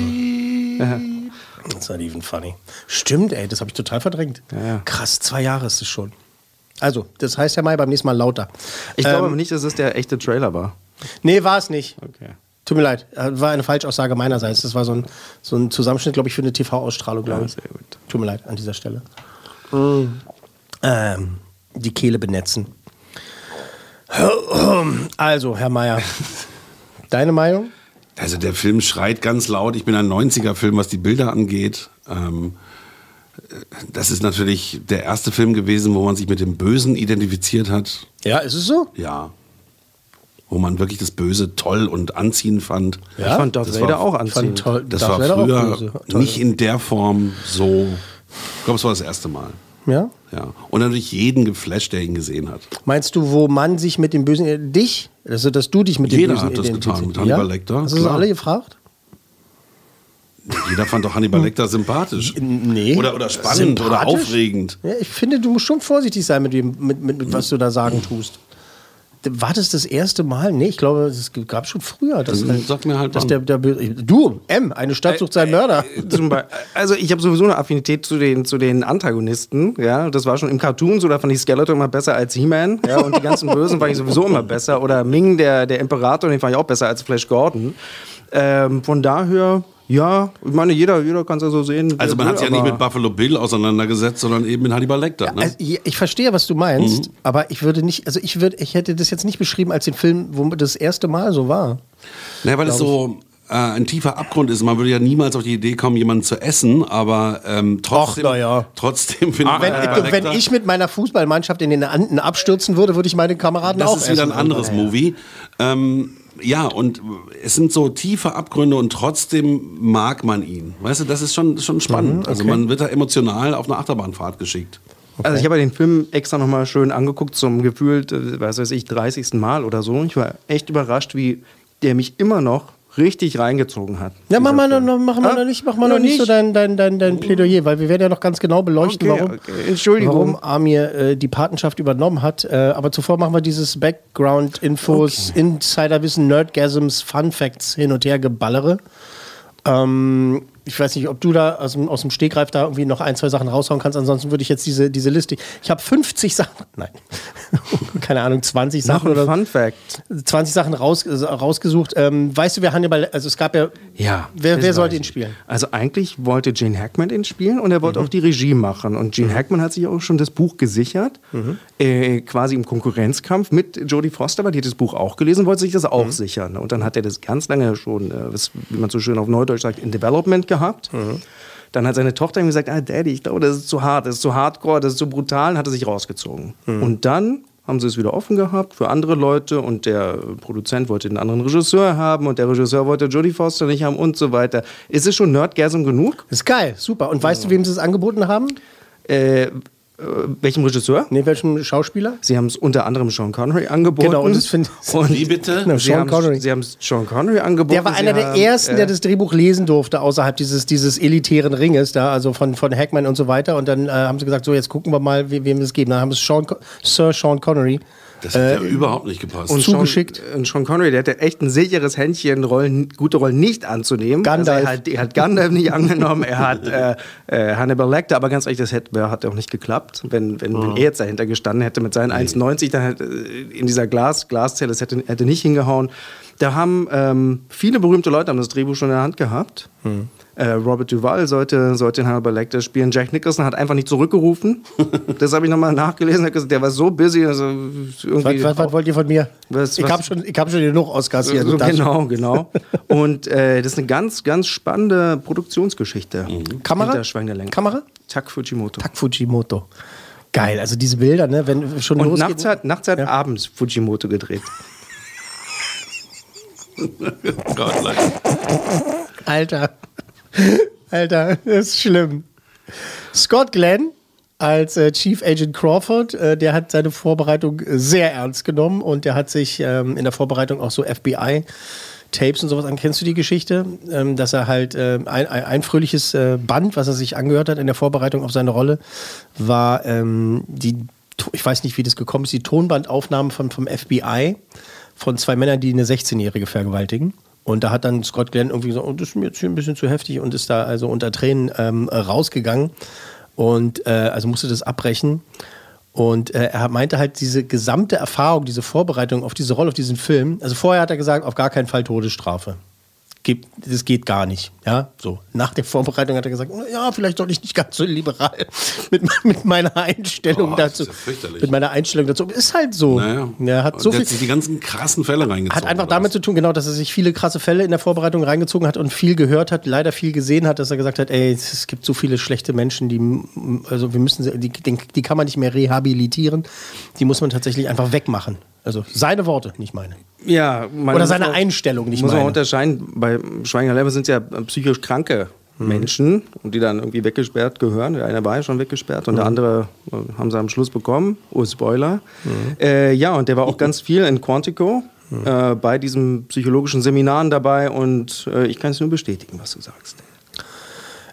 Speaker 2: not even funny. Stimmt, ey, das habe ich total verdrängt.
Speaker 4: ja.
Speaker 2: Krass, zwei Jahre ist es schon. Also, das heißt ja mal beim nächsten Mal lauter.
Speaker 4: Ich glaube aber nicht, dass es der echte Trailer war.
Speaker 2: Nee, war es nicht.
Speaker 4: Okay.
Speaker 2: Tut mir leid, äh, war eine Falschaussage meinerseits. Das war so ein, so ein Zusammenschnitt, glaube ich, für eine TV-Ausstrahlung, glaube ich.
Speaker 4: sehr gut.
Speaker 2: Tut mir leid an dieser Stelle.
Speaker 3: Mm.
Speaker 2: Ähm, die Kehle benetzen. Also, Herr
Speaker 3: [LAUGHS]
Speaker 2: Meier, deine Meinung?
Speaker 3: Also der Film schreit ganz laut. Ich bin ein 90er-Film, was die Bilder angeht. Ähm, das ist natürlich der erste Film gewesen, wo man sich mit dem Bösen identifiziert hat.
Speaker 2: Ja, ist es so?
Speaker 3: Ja. Wo man wirklich das Böse toll und anziehend fand.
Speaker 4: Ich fand Darth
Speaker 3: das
Speaker 4: Vader
Speaker 3: war-
Speaker 4: auch
Speaker 3: fand
Speaker 4: anziehend.
Speaker 2: toll.
Speaker 3: Das
Speaker 2: Darth
Speaker 3: war
Speaker 2: Vader auch
Speaker 3: früher
Speaker 2: böse. Toll.
Speaker 3: nicht in der Form so. Ich glaube, es war das erste Mal.
Speaker 2: Ja?
Speaker 3: Ja. Und natürlich jeden geflasht, der ihn gesehen hat.
Speaker 2: Meinst du, wo man sich mit dem Bösen, dich, also dass du dich mit dem
Speaker 3: Jeder
Speaker 2: Bösen
Speaker 3: hat das getan,
Speaker 2: identifizierst?
Speaker 3: mit Hannibal Lecter,
Speaker 2: Hast du das
Speaker 3: klar.
Speaker 2: alle gefragt?
Speaker 3: Jeder fand doch Hannibal Lecter sympathisch.
Speaker 2: Hm. Nee.
Speaker 3: Oder, oder spannend oder
Speaker 2: Sympathisch?
Speaker 3: aufregend.
Speaker 2: Ja, ich finde, du musst schon vorsichtig sein mit dem, mit, mit, mit was du da
Speaker 3: Mm.
Speaker 2: sagen tust. D- War das das erste Mal? Nee, ich glaube, es gab schon früher. Dass,
Speaker 3: Dann sag mir halt
Speaker 2: dass
Speaker 3: wann.
Speaker 2: der, der, Bö- du, M, eine Stadt sucht seinen Mörder.
Speaker 4: Zum Beispiel, also ich habe sowieso eine Affinität zu den, zu den Antagonisten. Ja, das war schon im Cartoon so, da fand ich Skeletor immer besser als He-Man. Ja, und die ganzen Bösen fand ich sowieso immer besser. Oder Ming, der, der Imperator, den fand ich auch besser als Flash Gordon. Ähm, von daher, ja, ich meine, jeder, jeder kann es ja so sehen. wie
Speaker 3: Also
Speaker 4: er
Speaker 3: man
Speaker 4: will,
Speaker 3: hat sich ja nicht
Speaker 4: aber-
Speaker 3: mit Buffalo Bill auseinandergesetzt, sondern eben mit Hannibal Lecter. Ne?
Speaker 2: Also, ich ich verstehe, was du meinst, aber ich würde nicht, also ich würde, ich hätte das jetzt nicht beschrieben als den Film, wo das erste Mal so war.
Speaker 3: naja, weil es so äh, ein tiefer Abgrund ist. Man würde ja niemals auf die Idee kommen, jemanden zu essen, aber ähm, trotzdem,
Speaker 2: na ja.
Speaker 3: trotzdem finde ich
Speaker 2: Wenn,
Speaker 3: Hannibal
Speaker 2: Äh, also wenn
Speaker 3: Lecter-
Speaker 2: ich mit meiner Fußballmannschaft in den Anden abstürzen würde, würde ich meine Kameraden
Speaker 3: das
Speaker 2: auch
Speaker 3: ist wieder ein
Speaker 2: essen. Äh,
Speaker 3: anderes Movie. Ähm, ja, und es sind so tiefe Abgründe und trotzdem mag man ihn. Weißt du, das ist schon, schon spannend. Also man wird da emotional auf eine Achterbahnfahrt geschickt.
Speaker 4: Also ich habe ja den Film extra nochmal schön angeguckt zum gefühlt, äh, was weiß ich, 30. Mal oder so. Ich war echt überrascht, wie der mich immer noch richtig reingezogen hat.
Speaker 8: Ja, mach
Speaker 4: dieser
Speaker 8: mal, noch,
Speaker 4: Film.
Speaker 8: noch, mach mal
Speaker 4: Ah,
Speaker 8: noch nicht, mach mal noch nicht so dein, dein, dein, dein Plädoyer, weil wir werden ja noch ganz genau beleuchten,
Speaker 4: Oh. Okay,
Speaker 8: warum,
Speaker 4: okay, Entschuldigung.
Speaker 8: warum Amir äh, die Patenschaft übernommen hat. Äh, aber zuvor machen wir dieses Background-Infos, Insiderwissen, Nerdgasms, Fun Facts hin und her geballere. Ähm, ich weiß nicht, ob du da aus dem, aus dem Stegreif da irgendwie noch ein, zwei Sachen raushauen kannst. Ansonsten würde ich jetzt diese, diese Liste. Ich habe 50 Sachen.
Speaker 2: [LAUGHS]
Speaker 8: Nein. Keine Ahnung, 20
Speaker 4: Noch
Speaker 8: Sachen
Speaker 4: ein
Speaker 8: oder so.
Speaker 4: Fun Fact.
Speaker 8: 20 Sachen raus, äh, rausgesucht. Ähm, weißt du, wer Hannibal, also es gab ja,
Speaker 4: Ja.
Speaker 8: wer,
Speaker 4: das
Speaker 8: wer
Speaker 4: weiß
Speaker 8: sollte ihn
Speaker 4: ich.
Speaker 8: spielen? Mhm.
Speaker 4: Also eigentlich wollte Gene Hackman ihn spielen und er wollte auch die Regie machen. Und Gene Hackman hat sich auch schon das Buch gesichert,
Speaker 8: Mhm.
Speaker 4: äh, quasi im Konkurrenzkampf mit Jodie Foster, weil die hat das Buch auch gelesen, wollte sich das auch
Speaker 8: Mhm.
Speaker 4: sichern. Und dann hat er das ganz lange schon, äh, was, wie man so schön auf Neudeutsch sagt, in Development gehabt.
Speaker 8: Mhm.
Speaker 4: Dann hat seine Tochter ihm gesagt, ah, Daddy, ich glaube, das ist zu hart, das ist zu hardcore, das ist zu brutal, und hat er sich rausgezogen.
Speaker 8: Mhm.
Speaker 4: Und dann haben sie es wieder offen gehabt für andere Leute und der äh, Produzent wollte den anderen Regisseur haben und der Regisseur wollte Jodie Foster nicht haben und so weiter. Ist es schon Nerdgasm genug?
Speaker 8: Ist geil, super. Und weißt du, wem sie es angeboten haben?
Speaker 4: Äh, äh, welchem Regisseur?
Speaker 8: Nee, welchen Schauspieler?
Speaker 4: Sie haben es unter anderem Sean Connery angeboten.
Speaker 8: Genau, und das find-
Speaker 4: Und
Speaker 3: Wie bitte?
Speaker 8: Genau,
Speaker 4: Sie
Speaker 8: Sean
Speaker 4: haben's-
Speaker 8: Connery.
Speaker 4: Sie haben es Sean Connery angeboten.
Speaker 8: Der war
Speaker 4: Sie
Speaker 8: einer der
Speaker 4: haben,
Speaker 8: ersten, der
Speaker 4: äh,
Speaker 8: das Drehbuch lesen durfte, außerhalb dieses, dieses elitären Ringes da, also von, von Hackman und so weiter. Und dann äh, haben sie gesagt, so, jetzt gucken wir mal, we, wem wir es geben. Dann haben es Sean, Con- Sir Sean Connery.
Speaker 3: Das hat ja überhaupt nicht gepasst.
Speaker 4: und
Speaker 8: zugeschickt.
Speaker 4: Sean, und Sean Connery, der hatte echt ein sicheres Händchen, Rollen, gute Rollen nicht anzunehmen. Also
Speaker 8: Gandalf.
Speaker 4: er, hat, er hat Gandalf nicht [LAUGHS] angenommen, er hat äh, äh, Hannibal Lecter, aber ganz ehrlich, das hätte, hat auch nicht geklappt. Wenn, wenn,
Speaker 8: Mhm.
Speaker 4: wenn er jetzt dahinter gestanden hätte mit seinen 1,90, dann hätte, äh, in dieser Glas, Glaszelle, das hätte, hätte nicht hingehauen. Da haben ähm, viele berühmte Leute haben das Drehbuch schon in der Hand gehabt.
Speaker 8: Mhm.
Speaker 4: Äh, Robert Duval sollte, sollte den Hannibal Lecter spielen. Jack Nicholson hat einfach nicht
Speaker 8: [LAUGHS]
Speaker 4: zurückgerufen. das habe ich nochmal nachgelesen. Er hat gesagt, Der war so busy. Also irgendwie
Speaker 8: Was, was, was wollt ihr von mir?
Speaker 4: Was-
Speaker 8: ich
Speaker 4: was-
Speaker 8: habe schon, ich hab schon genug Oscars hier.
Speaker 4: so,
Speaker 8: Das-
Speaker 4: genau, genau. Und äh, das ist eine ganz, ganz spannende Produktionsgeschichte.
Speaker 8: Kamera?
Speaker 4: Hinter Schwein der Lenker.
Speaker 8: Kamera?
Speaker 4: Tak Fujimoto.
Speaker 8: Tak Fujimoto. Geil, also diese Bilder, ne? Wenn schon
Speaker 4: Und
Speaker 8: losgeht-
Speaker 4: nachts hat, nachts hat
Speaker 8: Ja.
Speaker 4: abends Fujimoto gedreht.
Speaker 3: Gott, Leute.
Speaker 8: Alter. Alter, das ist schlimm. Scott Glenn als äh, Chief Agent Crawford, äh, der hat seine Vorbereitung äh, sehr ernst genommen und der hat sich ähm, in der Vorbereitung auch so FBI Tapes und sowas an. Kennst du die Geschichte? Ähm, dass er halt ähm, ein, ein, ein fröhliches äh, Band, was er sich angehört hat in der Vorbereitung auf seine Rolle, war ähm, die, ich weiß nicht, wie das gekommen ist, die Tonbandaufnahmen von, vom FBI von zwei Männern, die eine 16-Jährige vergewaltigen. Und da hat dann Scott Glenn irgendwie gesagt, oh, das ist mir jetzt hier ein bisschen zu heftig und ist da also unter Tränen ähm, rausgegangen. Und äh, also musste das abbrechen. Und äh, er meinte halt, diese gesamte Erfahrung, diese Vorbereitung auf diese Rolle, auf diesen Film, also vorher hat er gesagt, auf gar keinen Fall Todesstrafe. Gibt, das geht gar nicht. Ja, so. Nach der Vorbereitung hat er gesagt, "Na ja, vielleicht doch ich nicht ganz so liberal [LAUGHS] mit, me- mit meiner Einstellung
Speaker 3: Oh, das
Speaker 8: dazu.
Speaker 3: ist ja fürchterlich.
Speaker 8: mit meiner Einstellung dazu. Ist halt so.
Speaker 3: Naja.
Speaker 8: Er hat so
Speaker 3: Und der
Speaker 8: viel
Speaker 3: hat sich die ganzen krassen Fälle reingezogen.
Speaker 8: hat einfach damit zu tun, genau, dass er sich viele krasse Fälle in der Vorbereitung reingezogen hat und viel gehört hat, leider viel gesehen hat, dass er gesagt hat, ey, es es gibt so viele schlechte Menschen, die, m- also wir müssen, sie- die, den- die kann man nicht mehr rehabilitieren, die muss man tatsächlich einfach wegmachen. Also seine Worte, nicht meine.
Speaker 4: [LAUGHS] Ja, man
Speaker 8: Oder
Speaker 4: muss
Speaker 8: seine
Speaker 4: auch-
Speaker 8: Einstellung, nicht
Speaker 4: Muss man
Speaker 8: meine.
Speaker 4: unterscheiden, bei Schweiger Leber sind es ja äh, psychisch kranke Menschen, und die dann irgendwie weggesperrt gehören. Der eine war ja schon weggesperrt und der andere äh, haben sie am Schluss bekommen. Oh, Spoiler. Äh, ja, und der war auch ganz viel in Quantico. Äh, bei diesen psychologischen Seminaren dabei und äh, ich kann es nur bestätigen, was du sagst.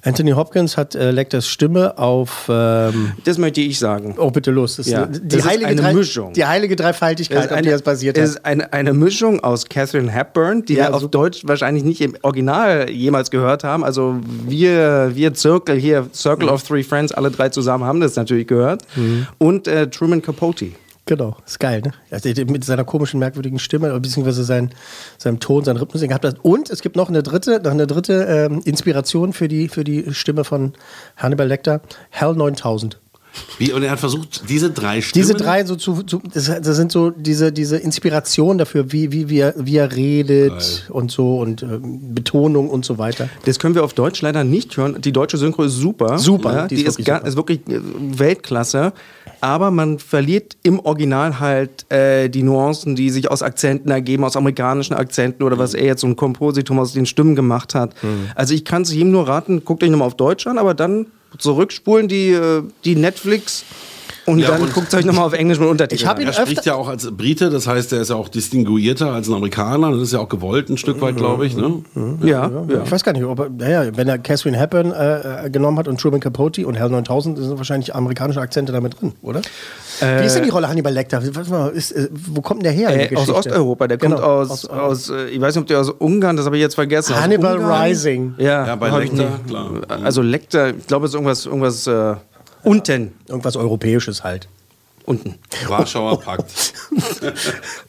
Speaker 8: Anthony Hopkins hat äh, Lecters Stimme auf, ähm,
Speaker 4: Das möchte ich sagen.
Speaker 8: oh bitte los, das
Speaker 4: Ja,
Speaker 8: ist die,
Speaker 4: das ist
Speaker 8: heilige
Speaker 4: eine
Speaker 8: Drei-
Speaker 4: Mischung.
Speaker 8: die heilige Dreifaltigkeit, auf Halt, die das basiert
Speaker 4: es
Speaker 8: hat.
Speaker 4: ist eine, eine Mischung aus Catherine Hepburn, die
Speaker 8: Ja,
Speaker 4: wir auf
Speaker 8: super.
Speaker 4: Deutsch wahrscheinlich nicht im Original jemals gehört haben. Also wir, wir Circle hier, Circle of Three Friends, alle drei zusammen haben das natürlich gehört.
Speaker 8: Mhm.
Speaker 4: Und äh, Truman Capote.
Speaker 8: Genau, ist geil, ne? Also der- mit seiner komischen, merkwürdigen Stimme, oder beziehungsweise sein, seinem Ton, seinem Rhythmus, den er gehabt hat. Und es gibt noch eine dritte, noch eine dritte ähm, Inspiration für die, für die Stimme von Hannibal Lecter, Hell 9000.
Speaker 3: Wie, und er hat versucht, diese drei Stimmen.
Speaker 8: Diese drei so zu, zu das, das sind so diese, diese Inspiration dafür, wie, wie, wie, er, wie er redet und so und ähm, Betonung und so weiter.
Speaker 4: Das können wir auf Deutsch leider nicht hören. Die deutsche Synchro ist super.
Speaker 8: Super,
Speaker 4: Ja, die, ist, ga- ist wirklich äh, Weltklasse. Aber man verliert im Original halt äh, die Nuancen, die sich aus Akzenten ergeben, aus amerikanischen Akzenten oder was er jetzt so ein Kompositum aus den Stimmen gemacht hat. Also ich kann es jedem nur raten, guckt euch nochmal auf Deutsch an, aber dann zurückspulen die, äh, die Netflix Und
Speaker 3: Ja,
Speaker 4: dann
Speaker 3: und-
Speaker 4: guckt euch nochmal auf Englisch mit Untertiteln
Speaker 2: Ich hab ihn
Speaker 3: Er
Speaker 4: an.
Speaker 3: spricht ja auch als Brite, das heißt, er ist ja auch distinguierter als ein Amerikaner. Das ist ja auch gewollt ein Stück
Speaker 2: Mhm.
Speaker 3: weit, glaube ich. Ne?
Speaker 4: Ja, ja.
Speaker 2: Ich weiß gar nicht, ob er, naja, wenn er Catherine Hepburn äh, äh, genommen hat und Truman Capote und Hell 9000, sind wahrscheinlich amerikanische Akzente damit
Speaker 8: Hm,
Speaker 2: drin, oder? Wie ist denn die Rolle Hannibal Lecter? Was war, ist, äh, wo kommt denn der her? in der
Speaker 4: Äh, aus
Speaker 2: Geschichte?
Speaker 4: Osteuropa, der kommt
Speaker 2: Genau,
Speaker 4: aus, aus, äh, ich weiß nicht, ob der aus Ungarn, das habe ich jetzt vergessen. Aus
Speaker 2: Hannibal
Speaker 4: Ungarn?
Speaker 2: Rising.
Speaker 4: Ja,
Speaker 3: Ja, bei
Speaker 4: hab
Speaker 3: Lecter,
Speaker 4: ich nie-
Speaker 3: klar.
Speaker 4: Also Lecter, ich glaube, es ist irgendwas, irgendwas äh, unten.
Speaker 2: Irgendwas Europäisches halt.
Speaker 4: Unten.
Speaker 3: Warschauer Pakt.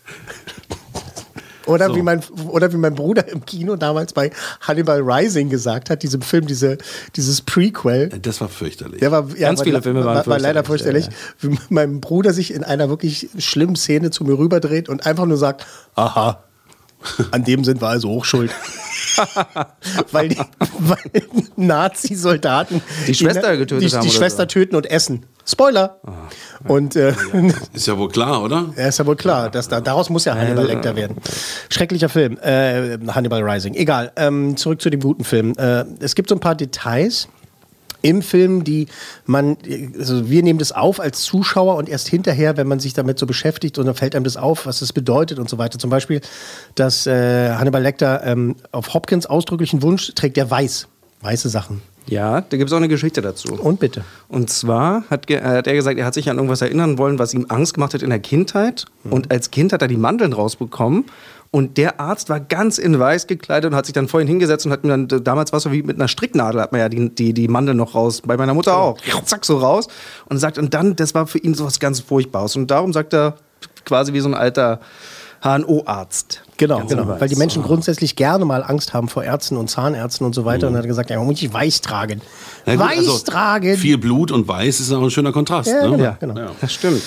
Speaker 2: [LAUGHS] Oder, wie mein, oder wie mein Bruder im Kino damals bei Hannibal Rising gesagt hat, diesem Film, diese, dieses Prequel.
Speaker 3: Das war fürchterlich.
Speaker 2: Der war, ja,
Speaker 4: Ganz
Speaker 2: war,
Speaker 4: viele Filme waren
Speaker 2: war, war leider
Speaker 4: fürchterlich,
Speaker 2: fürchterlich. Wie mein Bruder sich in einer wirklich schlimmen Szene zu mir rüberdreht und einfach nur sagt, aha, an dem sind wir also auch
Speaker 4: [LAUGHS]
Speaker 2: schuld. weil die weil Nazi-Soldaten
Speaker 4: Die Schwester
Speaker 2: ihn-
Speaker 4: getötet
Speaker 2: die,
Speaker 4: haben
Speaker 2: Die
Speaker 4: oder
Speaker 2: Schwester
Speaker 4: so. Ah,
Speaker 2: töten und essen. Spoiler! Und äh,
Speaker 3: Ist ja wohl klar, oder?
Speaker 2: ja, ist ja wohl klar, dass da, daraus muss ja
Speaker 4: Äh,
Speaker 2: Hannibal Lecter werden. Schrecklicher Film, äh, Hannibal Rising. Egal, ähm, zurück zu dem guten Film. Äh, es gibt so ein paar Details im Film, die man, also wir nehmen das auf als Zuschauer und erst hinterher, wenn man sich damit so beschäftigt und dann fällt einem das auf, was das bedeutet und so weiter. Zum Beispiel, dass äh, Hannibal Lecter ähm, auf Hopkins ausdrücklichen Wunsch trägt er weiß, weiße Sachen.
Speaker 4: [LAUGHS] Ja, da gibt es auch eine Geschichte dazu.
Speaker 2: Und bitte.
Speaker 4: Und zwar hat, ge- äh, hat er gesagt, er hat sich an irgendwas erinnern wollen, was ihm Angst gemacht hat in der Kindheit.
Speaker 2: Mhm.
Speaker 4: Und als Kind hat er die Mandeln rausbekommen. Und der Arzt war ganz in weiß gekleidet und hat sich dann vorhin hingesetzt und hat mir dann, d- damals war es so wie mit einer Stricknadel, hat man ja die, die, die Mandeln noch raus. Bei meiner Mutter auch. Zack, so raus. Und sagt, und dann, das war für ihn so was ganz Furchtbares. Und darum sagt er quasi wie so ein alter HNO-Arzt.
Speaker 2: Genau,
Speaker 4: Ganz in
Speaker 2: genau.
Speaker 4: weiß.
Speaker 2: weil die Menschen grundsätzlich gerne mal Angst haben vor Ärzten und Zahnärzten und so weiter. Und hat gesagt, ja, man muss nicht weiß tragen.
Speaker 3: Na gut,
Speaker 2: weiß
Speaker 3: also
Speaker 2: tragen!
Speaker 3: Viel Blut und Weiß ist auch ein schöner Kontrast.
Speaker 2: Ja,
Speaker 3: ne?
Speaker 2: genau,
Speaker 3: ja.
Speaker 2: genau.
Speaker 4: Das stimmt.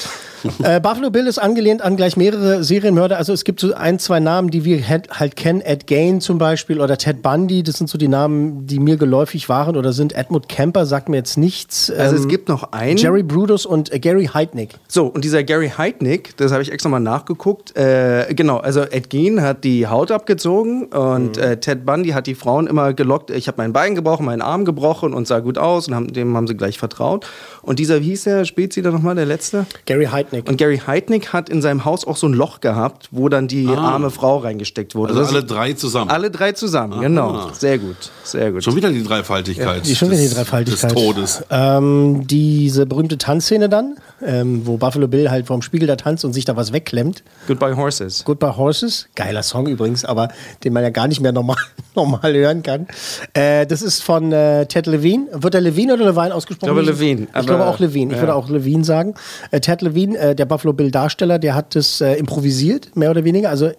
Speaker 2: Äh, Buffalo Bill ist angelehnt an gleich mehrere Serienmörder. Also es gibt so ein, zwei Namen, die wir het- halt kennen. Ed Gain zum Beispiel oder Ted Bundy. Das sind so die Namen, die mir geläufig waren oder sind. Edmund Kemper sagt mir jetzt nichts.
Speaker 4: Also
Speaker 2: Ähm,
Speaker 4: es gibt noch einen.
Speaker 2: Jerry Brutus und äh, Gary Heidnick.
Speaker 4: So, und dieser Gary Heidnick, das habe ich extra mal nachgeguckt. Äh, genau, also Ed Gein hat die Haut abgezogen und
Speaker 3: Mhm.
Speaker 4: äh, Ted Bundy hat die Frauen immer gelockt. Ich habe mein Bein gebrochen, meinen Arm gebrochen und sah gut aus und haben, dem haben sie gleich vertraut. Und dieser, wie hieß der Spezi da nochmal, der letzte?
Speaker 2: Gary Heidnick.
Speaker 4: Und Gary Heidnick hat in seinem Haus auch so ein Loch gehabt, wo dann die arme Frau reingesteckt wurde.
Speaker 3: Ah. Also
Speaker 4: Das-
Speaker 3: alle drei zusammen.
Speaker 4: alle drei zusammen, genau. Sehr gut, sehr gut.
Speaker 3: Schon wieder die Dreifaltigkeit.
Speaker 2: Die schon wieder die
Speaker 3: des-
Speaker 2: Dreifaltigkeit.
Speaker 3: Des Todes.
Speaker 2: Ähm, diese berühmte Tanzszene dann, ähm, wo Buffalo Bill halt vorm Spiegel da tanzt und sich da was wegklemmt.
Speaker 4: Goodbye Horses.
Speaker 2: Goodbye Horses, geiler Song übrigens, aber den man ja gar nicht mehr normal, [LAUGHS] normal hören kann. Äh, das ist von äh, Ted Levine. Wird der Levine oder Levine ausgesprochen?
Speaker 4: Ich glaube, Levine,
Speaker 2: Ich
Speaker 4: aber-
Speaker 2: glaube auch Levine. Ich würde auch Levine sagen. Äh, Ted Levine, äh, der Buffalo Bill Darsteller, der hat das äh, improvisiert, mehr oder weniger. Also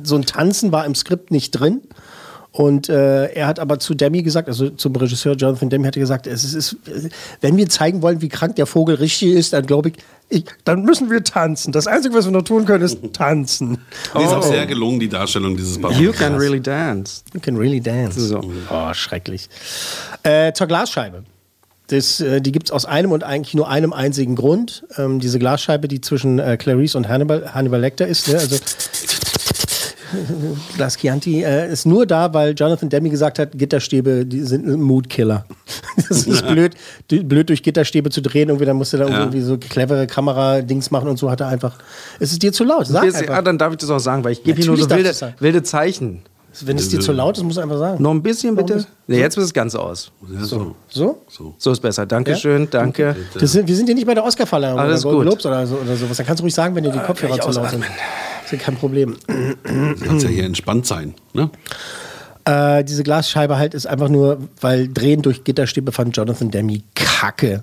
Speaker 2: so ein Tanzen war im Skript nicht drin. Und äh, er hat aber zu Demi gesagt, also zum Regisseur Jonathan Demi, hat er gesagt, es ist, es ist, wenn wir zeigen wollen, wie krank der Vogel richtig ist, dann glaube ich, ich, dann müssen wir tanzen. Das Einzige, was wir noch tun können,
Speaker 4: [LAUGHS]
Speaker 2: ist tanzen.
Speaker 3: Die ist auch sehr gelungen, die Darstellung dieses Buffalo.
Speaker 4: You can really dance.
Speaker 2: You can really dance.
Speaker 4: So.
Speaker 2: Oh, schrecklich. Äh, zur Glasscheibe. Das, äh, die gibt es aus einem und eigentlich nur einem einzigen Grund. Ähm, diese Glasscheibe, die zwischen äh, Clarice und Hannibal, Hannibal Lecter ist. Ne? Also [LAUGHS] Glas Chianti äh, ist nur da, weil Jonathan Demme gesagt hat, Gitterstäbe die sind ein Moodkiller. [LAUGHS] Das ist blöd, d- blöd durch Gitterstäbe zu drehen. Irgendwie, dann musst du da irgendwie so clevere Kamera-Dings machen und so hat er einfach. Es ist dir zu laut. Sag
Speaker 4: Jetzt, ah,
Speaker 2: einfach.
Speaker 4: dann darf ich das auch sagen, weil ich gebe hier nur
Speaker 2: Natürlich
Speaker 4: so wilde,
Speaker 2: darfst du das sagen.
Speaker 4: wilde Zeichen.
Speaker 2: Wenn es dir zu laut ist, musst du einfach sagen.
Speaker 4: Noch ein bisschen bitte. Nee, jetzt ist das Ganze aus.
Speaker 3: Ja, so.
Speaker 2: So?
Speaker 4: So ist besser. Dankeschön, danke.
Speaker 2: Das sind, wir sind ja nicht bei der Oscar-Verleihung oder
Speaker 4: Alles
Speaker 2: Golden
Speaker 4: gut.
Speaker 2: Globes oder, so, oder sowas. Dann kannst du ruhig sagen, wenn dir die Kopfhörer
Speaker 4: gleich
Speaker 2: zu laut sind.
Speaker 4: ausatmen.
Speaker 2: Das ist ja kein Problem.
Speaker 3: Du kannst ja hier entspannt sein. Ne?
Speaker 2: Äh, diese Glasscheibe halt ist einfach nur, weil Drehen durch Gitterstäbe fand Jonathan Demi kacke.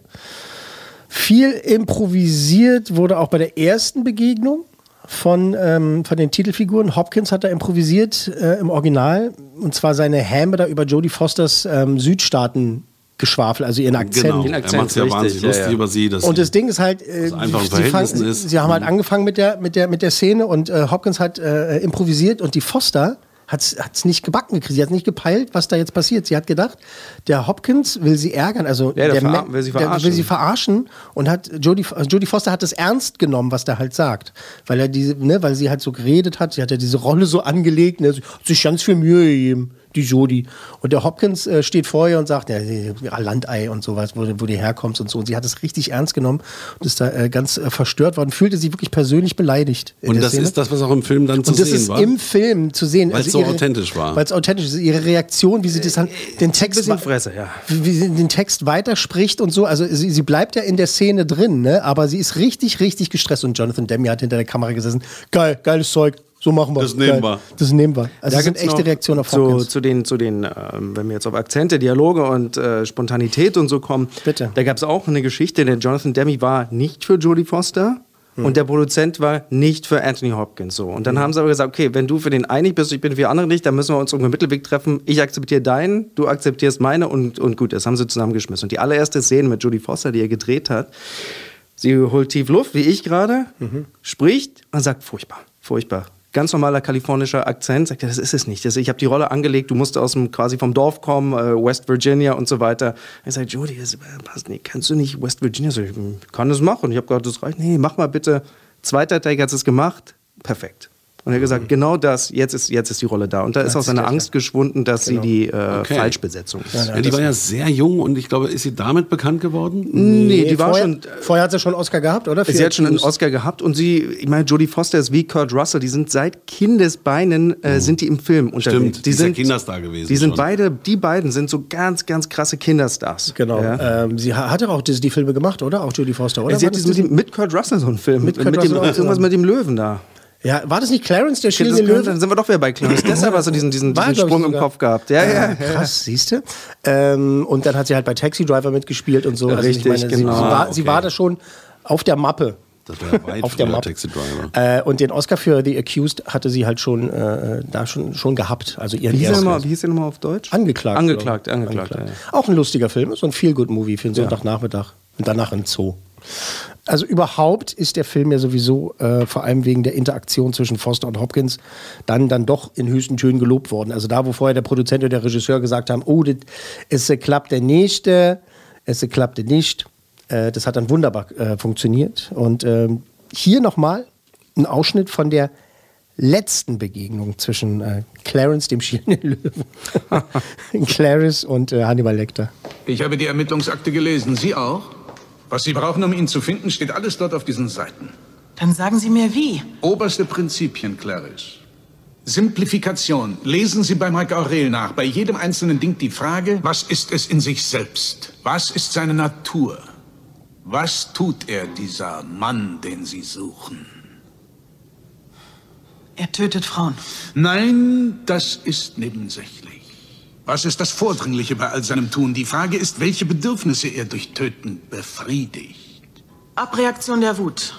Speaker 2: Viel improvisiert wurde auch bei der ersten Begegnung von, ähm, von den Titelfiguren. Hopkins hat da improvisiert äh, im Original und zwar seine Häme da über Jodie Fosters ähm, Südstaaten-Geschwafel, also ihren Akzent.
Speaker 3: Genau. Er
Speaker 4: Akzent
Speaker 3: macht es ja
Speaker 4: richtig,
Speaker 3: wahnsinnig
Speaker 4: ja,
Speaker 3: lustig
Speaker 4: ja.
Speaker 3: über sie. Dass
Speaker 2: Und
Speaker 3: sie-
Speaker 2: das Ding ist halt, äh,
Speaker 3: Aus einfachen
Speaker 2: die fangen,
Speaker 3: Verhältnissen ist. Mhm.
Speaker 2: sie haben halt angefangen mit der, mit der, mit der Szene und äh, Hopkins hat äh, improvisiert und die Foster hat's hat's nicht gebacken gekriegt. Sie hat nicht gepeilt, was da jetzt passiert. Sie hat gedacht, der Hopkins will sie ärgern, also
Speaker 4: Ja, der verar-
Speaker 2: Ma-
Speaker 4: will sie
Speaker 2: der will
Speaker 4: verarschen.
Speaker 2: sie verarschen und hat Jodie also Jodie Foster hat es ernst genommen, was der halt sagt, weil er diese, ne, weil sie halt so geredet hat. Sie hat ja diese Rolle so angelegt, ne, sie hat sich ganz viel Mühe gegeben.
Speaker 8: die Jodie. Und der Hopkins äh, steht vor ihr und sagt, ja, ja, Landei und sowas, wo, du- wo du herkommst und so. Und sie hat es richtig ernst genommen und ist da äh, ganz äh, verstört worden, fühlte sich wirklich persönlich beleidigt. in
Speaker 3: Und
Speaker 8: der
Speaker 3: das
Speaker 8: Szene.
Speaker 3: ist das, was auch im Film dann zu
Speaker 8: Und das
Speaker 3: sehen
Speaker 8: ist
Speaker 3: war.
Speaker 8: im Film zu sehen. Also
Speaker 3: Weil's so authentisch war.
Speaker 8: Weil es authentisch ist. Ihre Reaktion, wie sie das
Speaker 4: Äh,
Speaker 8: an, den Text
Speaker 4: bisschen
Speaker 8: wa-
Speaker 4: Fresse, ja.
Speaker 8: wie wie sie den Text weiterspricht und so. Also sie, sie bleibt ja in der Szene drin, ne? aber sie ist richtig, richtig gestresst. Und Jonathan Demme hat hinter der Kamera gesessen. Geil, geiles Zeug. So machen wir.
Speaker 3: Das nehmen
Speaker 8: Geil.
Speaker 3: wir.
Speaker 8: äh, Das nehmen wir. Also
Speaker 4: Da
Speaker 8: das sind
Speaker 4: gibt's
Speaker 8: echte
Speaker 4: noch
Speaker 8: Reaktionen auf
Speaker 4: zu,
Speaker 8: Hopkins.
Speaker 4: zu den, zu den ähm, wenn wir jetzt auf Akzente, Dialoge und äh, Spontanität und so kommen.
Speaker 8: Bitte.
Speaker 4: Da gab es auch eine Geschichte, denn Jonathan Demme war nicht für Jodie Foster.
Speaker 8: Hm.
Speaker 4: Und der Produzent war nicht für Anthony Hopkins so. Und dann haben sie aber gesagt, okay, wenn du für den einig bist, ich bin für die andere nicht, dann müssen wir uns irgendeinen Mittelweg treffen. Ich akzeptiere deinen, du akzeptierst meine und, und gut, das haben sie zusammengeschmissen. Und die allererste Szene mit Jodie Foster, die er gedreht hat, Sie holt tief Luft, wie ich gerade,
Speaker 8: Mhm.
Speaker 4: spricht und sagt, furchtbar, furchtbar. Ganz normaler kalifornischer Akzent, sagt er, das ist es nicht. Das, ich habe die Rolle angelegt, du musst aus dem, quasi vom Dorf kommen, äh, West Virginia und so weiter. Er sagt, Judy, das äh, passt nicht, kannst du nicht West Virginia? So, ich "Hm, kann das machen. Ich habe gerade das reicht. Nee, mach mal bitte. Zweiter Take hat es gemacht, perfekt. Und er hat gesagt, genau das, jetzt ist, jetzt ist die Rolle da. Und da ist auch seine Angst geschwunden, dass sie die äh,
Speaker 3: Okay.
Speaker 4: Falschbesetzung ist.
Speaker 3: ja, die war ja sehr jung und ich glaube, ist sie damit bekannt geworden?
Speaker 4: Nee, die war
Speaker 8: vorher,
Speaker 4: schon äh,
Speaker 8: Vorher hat sie schon einen Oscar gehabt, oder?
Speaker 4: Sie hat schon einen Oscar gehabt und sie, ich meine, Jodie Foster ist wie Kurt Russell, die sind seit Kindesbeinen, äh, sind die im Film unterwegs.
Speaker 3: Mhm. die ist ja Kinderstar gewesen
Speaker 4: Die sind
Speaker 3: schon.
Speaker 4: beide, die beiden sind so ganz, ganz krasse Kinderstars.
Speaker 8: Genau.
Speaker 4: Ja.
Speaker 8: Ähm, sie ha- hat doch auch die, die Filme gemacht, oder? Auch Jodie Foster, oder?
Speaker 4: Sie
Speaker 8: War
Speaker 4: hat
Speaker 8: das
Speaker 4: diesen- mit,
Speaker 8: diese-
Speaker 4: dem, mit Kurt Russell so einen Film.
Speaker 8: Mit
Speaker 4: Mit,
Speaker 8: Kurt
Speaker 4: mit dem,
Speaker 8: Russell auch genau.
Speaker 4: irgendwas
Speaker 8: zusammen.
Speaker 4: mit dem Löwen da.
Speaker 8: ja, war das nicht Clarence, der
Speaker 4: Das
Speaker 8: schielende
Speaker 4: könnte-
Speaker 8: Löwe?
Speaker 4: Dann sind wir doch wieder bei
Speaker 8: [COUGHS]
Speaker 4: Clarence. Deshalb hast du diesen, diesen,
Speaker 8: War,
Speaker 4: diesen
Speaker 8: glaub ich,
Speaker 4: Sprung im
Speaker 8: sogar.
Speaker 4: Kopf gehabt. Ja, ja.
Speaker 8: Ah, krass, siehst du? Ähm, und dann hat sie halt bei Taxi Driver mitgespielt und so. Also
Speaker 4: Richtig,
Speaker 8: sie,
Speaker 4: genau.
Speaker 8: sie,
Speaker 3: Ah,
Speaker 8: war,
Speaker 3: okay.
Speaker 8: sie war da schon auf der Mappe.
Speaker 3: Das war ja weit
Speaker 8: Auf der
Speaker 3: früher
Speaker 8: Mappe.
Speaker 3: Taxi Driver.
Speaker 8: Äh, und den Oscar für The Accused hatte sie halt schon äh, da schon, schon gehabt. Also ihren
Speaker 4: Wie hieß der
Speaker 8: ersten.
Speaker 4: nochmal- wie hieß der nochmal auf Deutsch?
Speaker 8: Angeklagt.
Speaker 4: Angeklagt,
Speaker 8: glaub ich.
Speaker 4: angeklagt. Ja, ja.
Speaker 8: Auch ein lustiger Film, so ein Feel-Good-Movie für den Sonntagnachmittag. Und danach ein Zoo. Also überhaupt ist der Film ja sowieso, äh, vor allem wegen der Interaktion zwischen Foster und Hopkins, dann, dann doch in höchsten Tönen gelobt worden. Also da, wo vorher der Produzent und der Regisseur gesagt haben, oh, das- es äh, klappte nicht, äh, es äh, klappte nicht. Äh, das hat dann wunderbar äh, funktioniert. Und ähm, hier nochmal ein Ausschnitt von der letzten Begegnung zwischen äh, Clarence, dem schielenden Löwen, [LAUGHS] Clarence und äh, Hannibal Lecter.
Speaker 7: Ich habe die Ermittlungsakte gelesen. Sie auch? Was Sie brauchen, um ihn zu finden, steht alles dort auf diesen Seiten.
Speaker 2: Dann sagen Sie mir wie.
Speaker 7: Oberste Prinzipien, Clarice. Simplifikation. Lesen Sie bei Mike Aurel nach. Bei jedem einzelnen Ding die Frage, was ist es in sich selbst? Was ist seine Natur? Was tut er, dieser Mann, den Sie suchen?
Speaker 2: Er tötet Frauen.
Speaker 7: Nein, das ist nebensächlich. Was ist das Vordringliche bei all seinem Tun? Die Frage ist, welche Bedürfnisse er durch Töten befriedigt.
Speaker 2: Abreaktion der Wut.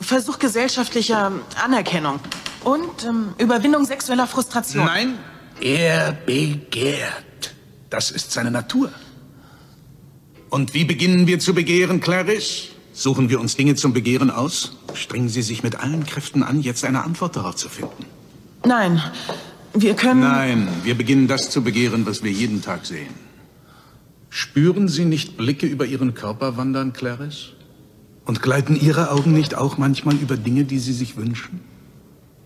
Speaker 2: Versuch gesellschaftlicher Anerkennung. Und ähm, Überwindung sexueller Frustration.
Speaker 7: Nein, er begehrt. Das ist seine Natur. Und wie beginnen wir zu begehren, Clarice? Suchen wir uns Dinge zum Begehren aus? Strengen Sie sich mit allen Kräften an, jetzt eine Antwort darauf zu finden.
Speaker 2: Nein. Wir können.
Speaker 7: Nein, wir beginnen das zu begehren, was wir jeden Tag sehen. Spüren Sie nicht Blicke über Ihren Körper wandern, Clarice? Und gleiten Ihre Augen nicht auch manchmal über Dinge, die Sie sich wünschen?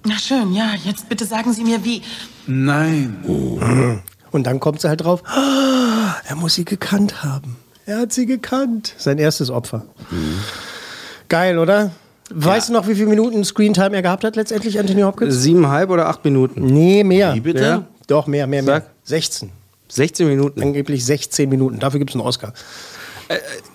Speaker 2: Na schön, ja. Jetzt bitte sagen Sie mir wie.
Speaker 7: Nein.
Speaker 8: Und dann kommt sie halt drauf, "Ah, er muss sie gekannt haben. Er hat sie gekannt. Sein erstes Opfer. Geil, oder? Weißt du noch, wie viele Minuten Screentime er gehabt hat letztendlich, Anthony Hopkins?
Speaker 4: Siebeneinhalb oder acht Minuten?
Speaker 8: Nee, mehr. Wie
Speaker 3: bitte?
Speaker 8: Ja? Doch, mehr, mehr, mehr.
Speaker 4: Sag.
Speaker 8: 16.
Speaker 4: 16 Minuten.
Speaker 8: Angeblich 16 Minuten. Dafür gibt es einen Oscar.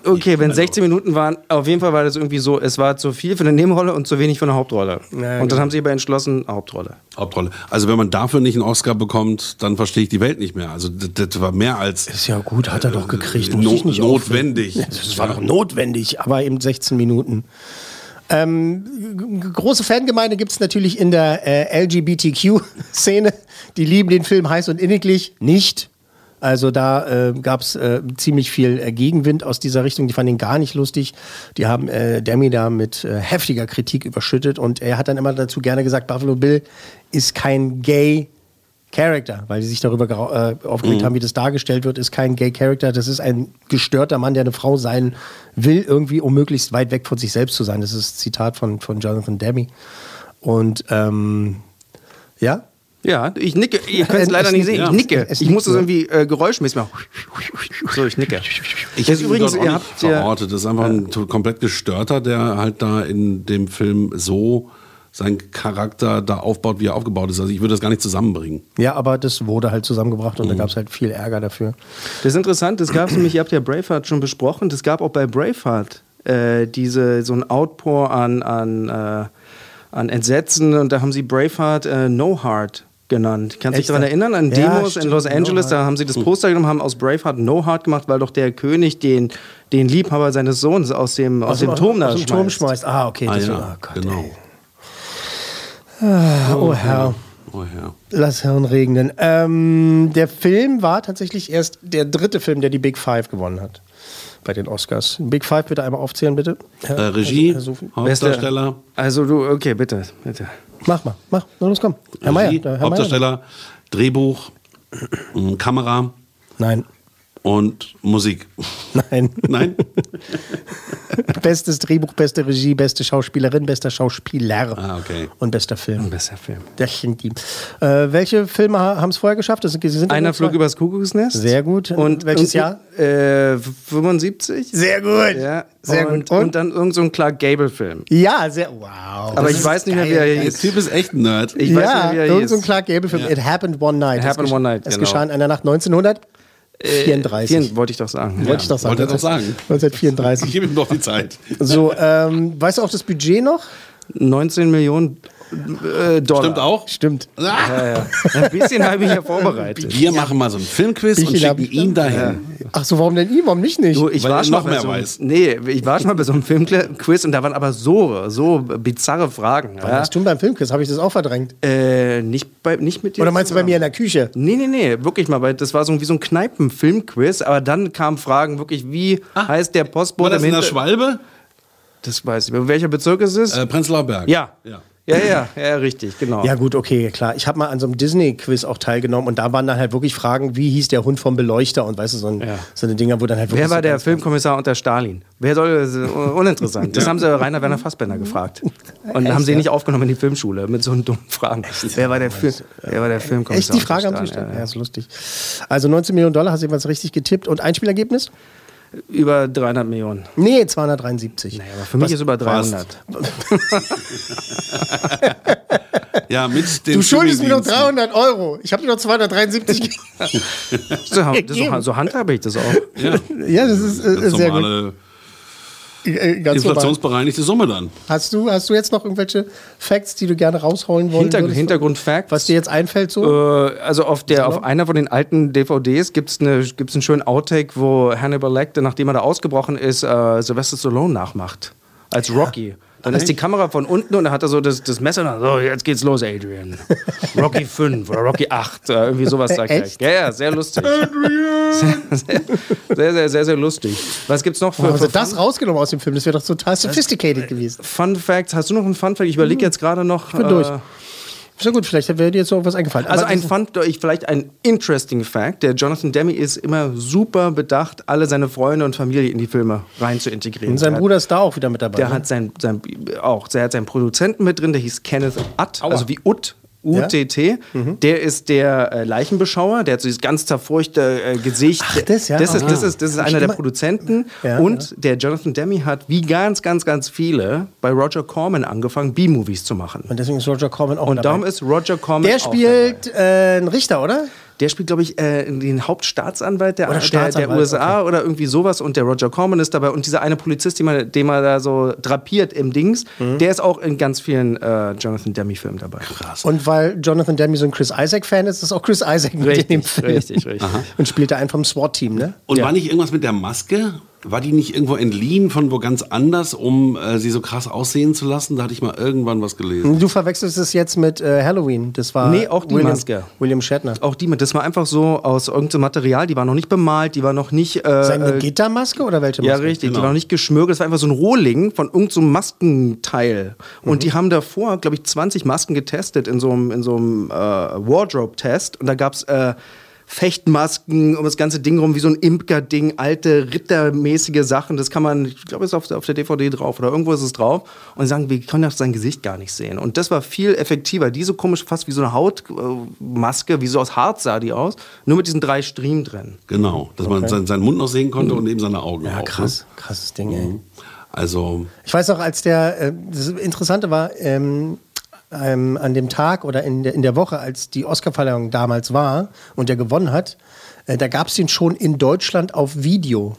Speaker 4: Okay, wenn 16 Minuten waren, auf jeden Fall war das irgendwie so, es war zu viel für eine Nebenrolle und zu wenig für eine Hauptrolle. und dann haben sie aber entschlossen, Hauptrolle.
Speaker 3: Hauptrolle. Also wenn man dafür nicht einen Oscar bekommt, dann verstehe ich die Welt nicht mehr. Also das, das war mehr als
Speaker 8: Ist ja gut, hat er doch gekriegt. muss
Speaker 3: Äh, no-
Speaker 8: ich nicht
Speaker 3: notwendig.
Speaker 8: aufregen. Ja, Das war doch notwendig, aber eben 16 Minuten. Ähm, g- g- große Fangemeinde gibt es natürlich in der äh, LGBTQ-Szene. Die lieben den Film heiß und inniglich. Nicht. Also da äh, gab es äh, ziemlich viel äh, Gegenwind aus dieser Richtung. Die fanden ihn gar nicht lustig. Die haben äh, Demi da mit äh, heftiger Kritik überschüttet. Und er hat dann immer dazu gerne gesagt, Buffalo Bill ist kein Gay Character, weil die sich darüber gerau- äh, aufgeregt haben, wie das dargestellt wird, ist kein Gay Character. Das ist ein gestörter Mann, der eine Frau sein will, irgendwie, um möglichst weit weg von sich selbst zu sein. Das ist ein Zitat von, von Jonathan Demme. Und ähm, ja,
Speaker 4: Ja, ich nicke. Ihr könnt es
Speaker 8: Es
Speaker 4: leider nicht sehen. Ich
Speaker 8: nickt, ja.
Speaker 4: nicke.
Speaker 8: Es
Speaker 4: ich muss
Speaker 8: nickt
Speaker 4: das
Speaker 8: nur.
Speaker 4: irgendwie äh, geräuschmäßig machen. So, ich nicke.
Speaker 3: Ich
Speaker 4: Das
Speaker 3: hätte übrigens
Speaker 4: übrigens,
Speaker 3: ihn
Speaker 4: ihr
Speaker 3: dort auch
Speaker 4: habt
Speaker 3: nicht
Speaker 4: ja-
Speaker 3: verortet. Das ist einfach ein to- komplett gestörter, der halt da in dem Film so seinen Charakter da aufbaut, wie er aufgebaut ist. Also ich würde das gar nicht zusammenbringen.
Speaker 8: Ja, aber das wurde halt zusammengebracht und da gab es halt viel Ärger dafür.
Speaker 4: Das ist interessant, das gab es nämlich, ihr habt ja Braveheart schon besprochen, das gab auch bei Braveheart äh, diese, so ein Outpour an, an, äh, an Entsetzen und da haben sie Braveheart äh, No Heart genannt. Kannst du dich
Speaker 8: Echt?
Speaker 4: daran erinnern? An
Speaker 8: Ja,
Speaker 4: Demos in
Speaker 8: stimmt,
Speaker 4: Los
Speaker 8: No
Speaker 4: Angeles, da
Speaker 8: Heart. Hm.
Speaker 4: haben sie das Poster genommen, haben aus Braveheart No Heart gemacht, weil doch der König den, den Liebhaber seines Sohnes aus dem, aus dem Turm da
Speaker 8: aus dem
Speaker 4: schmeißt.
Speaker 8: Turm schmeißt. Ah, okay.
Speaker 3: Ah,
Speaker 8: das-
Speaker 3: ja,
Speaker 8: oh Gott,
Speaker 3: genau.
Speaker 8: ey. Ah, oh Herr.
Speaker 3: Oh ja.
Speaker 8: Lass Hirn regnen. Ähm, der Film war tatsächlich erst der dritte Film, der die Big Five gewonnen hat. Bei den Oscars. Big Five bitte einmal aufzählen, bitte. Herr-
Speaker 3: Äh, Regie,
Speaker 8: Herr Sofi.
Speaker 4: Wer ist der-
Speaker 3: Hauptdarsteller,
Speaker 4: Also du, okay, bitte, bitte.
Speaker 8: Mach mal, mach. Na los, komm. Herr Meier. äh,
Speaker 3: Regie,
Speaker 8: Herr Meier.
Speaker 3: Hauptdarsteller, Drehbuch, äh, Kamera
Speaker 8: Nein,
Speaker 3: und Musik.
Speaker 8: nein.
Speaker 3: [LAUGHS] Nein?
Speaker 8: [LAUGHS] Bestes Drehbuch, beste Regie, beste Schauspielerin, bester Schauspieler.
Speaker 3: Ah, okay.
Speaker 8: Und bester Film.
Speaker 4: Besser Film.
Speaker 8: Das sind die. Äh, welche Filme ha- haben es vorher geschafft? Das sind, sie sind ja
Speaker 4: Einer
Speaker 8: nur zwei.
Speaker 4: flog übers Kuckucksnest.
Speaker 8: Sehr gut.
Speaker 4: Und und-
Speaker 8: Welches Jahr?
Speaker 4: Äh, 75?
Speaker 8: Sehr gut.
Speaker 4: Ja,
Speaker 8: sehr
Speaker 4: und,
Speaker 8: gut.
Speaker 4: Und, dann irgend so ein Clark Gable-Film.
Speaker 8: Ja, sehr. Wow.
Speaker 4: Aber
Speaker 8: Das
Speaker 4: ich
Speaker 8: ist
Speaker 4: weiß nicht mehr,
Speaker 8: geil.
Speaker 4: wie er
Speaker 3: Der
Speaker 4: hieß.
Speaker 3: Typ ist echt ein Nerd.
Speaker 4: Ich weiß nicht
Speaker 8: ja,
Speaker 4: mehr, wie er
Speaker 8: irgend
Speaker 4: hieß.
Speaker 8: so ein Clark Gable-Film. It Happened One Night.
Speaker 4: It
Speaker 8: Es
Speaker 4: Happened
Speaker 8: gesch-
Speaker 4: One Night,
Speaker 8: Es
Speaker 4: genau.
Speaker 8: geschah in einer Nacht 1934.
Speaker 4: Vielen, wollte ich doch sagen.
Speaker 8: Wollte ich doch sagen.
Speaker 3: wollte er doch sagen.
Speaker 8: 1934.
Speaker 3: [LAUGHS] Gib ihm doch die Zeit.
Speaker 4: [LAUGHS]
Speaker 8: so, ähm, weißt du auch das Budget noch?
Speaker 4: 19 Millionen äh, Dollar.
Speaker 3: Stimmt auch?
Speaker 8: Stimmt.
Speaker 3: Ah!
Speaker 4: Ein bisschen habe ich ja vorbereitet.
Speaker 3: Wir machen mal so einen Filmquiz
Speaker 8: Ich
Speaker 3: und
Speaker 8: glaub,
Speaker 3: schicken ihn dahin.
Speaker 8: Ach so, warum denn ihm? Warum mich nicht?
Speaker 4: Du, ich
Speaker 3: Weil
Speaker 4: war
Speaker 3: er
Speaker 4: schon
Speaker 3: noch
Speaker 4: mal bei
Speaker 3: mehr
Speaker 4: so, einem-
Speaker 3: weiß.
Speaker 4: Nee, ich war schon mal bei so einem Filmquiz und da waren aber so, so bizarre Fragen. Ja?
Speaker 8: Hast du beim Filmquiz? Habe ich das auch verdrängt?
Speaker 4: Äh, nicht, bei, nicht mit dir.
Speaker 8: Oder meinst du bei
Speaker 4: zusammen.
Speaker 8: mir in der Küche?
Speaker 4: Nee, nee, nee, wirklich mal, weil das war so wie so ein Kneipenfilmquiz, aber dann kamen Fragen wirklich, wie heißt der Postbote?
Speaker 3: Ah. War das
Speaker 4: im
Speaker 3: in der
Speaker 4: Hinter-
Speaker 3: Schwalbe?
Speaker 4: Das weiß ich. Welcher Bezirk ist es?
Speaker 3: Äh, Prenzlauer Berg.
Speaker 4: ja.
Speaker 3: ja.
Speaker 4: Ja, ja, ja, richtig, genau.
Speaker 8: Ja gut, okay, klar. Ich habe mal an so einem Disney-Quiz auch teilgenommen und da waren dann halt wirklich Fragen, wie hieß der Hund vom Beleuchter und weißt du, so, ein,
Speaker 4: Ja.
Speaker 8: so eine Dinger, wo dann halt wirklich...
Speaker 4: Wer war
Speaker 8: so
Speaker 4: der
Speaker 8: ganz-
Speaker 4: Filmkommissar unter Stalin? Wer soll das? ist Uninteressant. Das haben sie Rainer Werner Fassbender
Speaker 8: Mhm. [LAUGHS]
Speaker 4: gefragt. Und haben sie nicht aufgenommen in die Filmschule mit so dummen Fragen. Wer war der, Film, wer war der
Speaker 8: äh, Echt,
Speaker 4: Filmkommissar?
Speaker 8: die Frage haben
Speaker 4: unter
Speaker 8: sie
Speaker 4: Stalin?
Speaker 8: gestellt? Ja, ist lustig. Also 19 Millionen Dollar, hast du jeweils richtig getippt. Und Einspielergebnis?
Speaker 4: Ja, ja. Über 300 Millionen.
Speaker 8: Nee, 273.
Speaker 4: Naja, aber für mich ist über 300.
Speaker 3: Ja, mit dem
Speaker 8: Du schuldest mir noch
Speaker 3: Streamingdiensten.
Speaker 8: 300 Euro. Ich habe dir noch 273 [LAUGHS] gegeben.
Speaker 4: So, so, so handhabe ich das
Speaker 8: [LAUGHS]
Speaker 4: auch.
Speaker 8: Ja, das ist, äh,
Speaker 3: Ganz
Speaker 8: ist sehr gut.
Speaker 3: normale
Speaker 8: Äh, Ganz normal.
Speaker 3: inflationsbereinigte Summe dann.
Speaker 8: Hast du, hast du jetzt noch irgendwelche Facts, die du gerne rausholen wollen
Speaker 4: Hinter,
Speaker 8: würdest?
Speaker 4: Hintergrund-Fact.
Speaker 8: Was dir jetzt einfällt
Speaker 4: Äh,
Speaker 8: so?
Speaker 4: also auf, der, auf einer von den alten DVDs gibt es eine, gibt's einen schönen Outtake, wo Hannibal Lecter, nachdem er da ausgebrochen ist, äh, Sylvester Stallone nachmacht. Als Rocky. Dann ist die Kamera von unten und dann hat er so das, das Messer. Und dann, so, jetzt geht's los, Adrian.
Speaker 8: [LAUGHS]
Speaker 4: Rocky 5 oder Rocky 8. Äh, irgendwie sowas sagt
Speaker 8: Echt?
Speaker 4: er. Ja, ja, sehr lustig. [LAUGHS] Sehr, sehr, sehr, sehr, sehr lustig. Was gibt's noch für,
Speaker 8: Warum haben
Speaker 4: für
Speaker 8: sie Oh, also das rausgenommen aus dem Film? Das Äh, wäre doch total sophisticated gewesen.
Speaker 4: Fun Facts? Hast du noch einen Fun Fact? Ich überlege jetzt gerade noch. äh, Ich
Speaker 8: Hm. bin durch. So gut, vielleicht wäre dir jetzt noch was eingefallen.
Speaker 4: Also
Speaker 8: Aber
Speaker 4: ein
Speaker 8: das-
Speaker 4: Fun, ich- vielleicht ein interesting Fact, der Jonathan Demme ist immer super bedacht, alle seine Freunde und Familie in die Filme rein zu integrieren.
Speaker 8: Und sein Bruder ist da auch wieder mit dabei.
Speaker 4: Der
Speaker 8: ne?
Speaker 4: hat sein, sein auch, der hat seinen Produzenten mit drin, der hieß Kenneth Utt, also wie Utt. UTT, Mhm. der ist der äh, Leichenbeschauer, der hat so dieses ganz zerfurchte äh, Gesicht.
Speaker 8: Ach, das, ja.
Speaker 4: Das ist, das
Speaker 8: Ah.
Speaker 4: ist, das ist einer der
Speaker 8: immer-
Speaker 4: Produzenten.
Speaker 8: Ja,
Speaker 4: und der Jonathan Demme hat, wie ganz, ganz, ganz viele, bei Roger Corman angefangen, B-Movies zu machen.
Speaker 8: Und deswegen ist Roger Corman auch
Speaker 4: Und
Speaker 8: dabei.
Speaker 4: darum ist Roger Corman
Speaker 8: der
Speaker 4: auch
Speaker 8: spielt äh, einen Richter, oder?
Speaker 4: Der spielt, glaube ich, äh, den Hauptstaatsanwalt der,
Speaker 8: Oder
Speaker 4: der, der
Speaker 8: Staatsanwalt,
Speaker 4: USA oder irgendwie sowas. Und der Roger Corman ist dabei. Und dieser eine Polizist, den man, den man da so drapiert im Dings,
Speaker 8: Mhm.
Speaker 4: der ist auch in ganz vielen äh, Jonathan Demme-Filmen dabei. Krass.
Speaker 8: Und weil Jonathan Demme so ein Chris Isaac-Fan ist, ist auch Chris Isaac mit in dem
Speaker 4: Richtig,
Speaker 8: Film.
Speaker 4: richtig, richtig.
Speaker 8: Und spielt da einen vom SWAT-Team, ne?
Speaker 3: Und war nicht irgendwas mit der Maske? War die nicht irgendwo entliehen von wo ganz anders, um äh, sie so krass aussehen zu lassen? Da hatte ich mal irgendwann was
Speaker 2: Hm.
Speaker 3: gelesen.
Speaker 8: Du verwechselst es jetzt mit äh, Halloween. Das war
Speaker 4: Nee, auch die
Speaker 8: William,
Speaker 4: Maske.
Speaker 8: William Shatner.
Speaker 4: Auch die, das war einfach so aus irgendeinem Material, die war noch nicht bemalt, die war noch nicht. Äh,
Speaker 8: Seine
Speaker 4: äh,
Speaker 8: Gittermaske oder welche
Speaker 4: Ja,
Speaker 8: Maske?
Speaker 4: richtig. Die war noch nicht geschmürgelt. Das war einfach so ein Rohling von irgendeinem so einem Maskenteil. Und die haben davor, glaube ich, 20 Masken getestet in so einem, in so einem äh, Wardrobe-Test. Und da gab es äh, Fechtmasken um das ganze Ding rum, wie so ein Imker-Ding, alte rittermäßige Sachen. Das kann man, ich glaube, ist auf, auf der DVD drauf oder irgendwo ist es drauf. Und sagen, wir können doch sein Gesicht gar nicht sehen. Und das war viel effektiver. Die so komisch, fast wie so eine Hautmaske, wie so aus Harz sah die aus, nur mit diesen drei Striemen drin.
Speaker 3: Genau, dass man sein, seinen Mund noch sehen konnte und eben seine Augen
Speaker 2: Hm. Ja,
Speaker 3: auch.
Speaker 2: krass, krasses Ding, ey.
Speaker 3: Ne? Also,
Speaker 2: Ich weiß noch, als der, äh, das Interessante war, ähm, ähm, an dem Tag oder in der, in der Woche, als die Oscarverleihung damals war und er gewonnen hat, äh, da gab es ihn schon in Deutschland auf Video.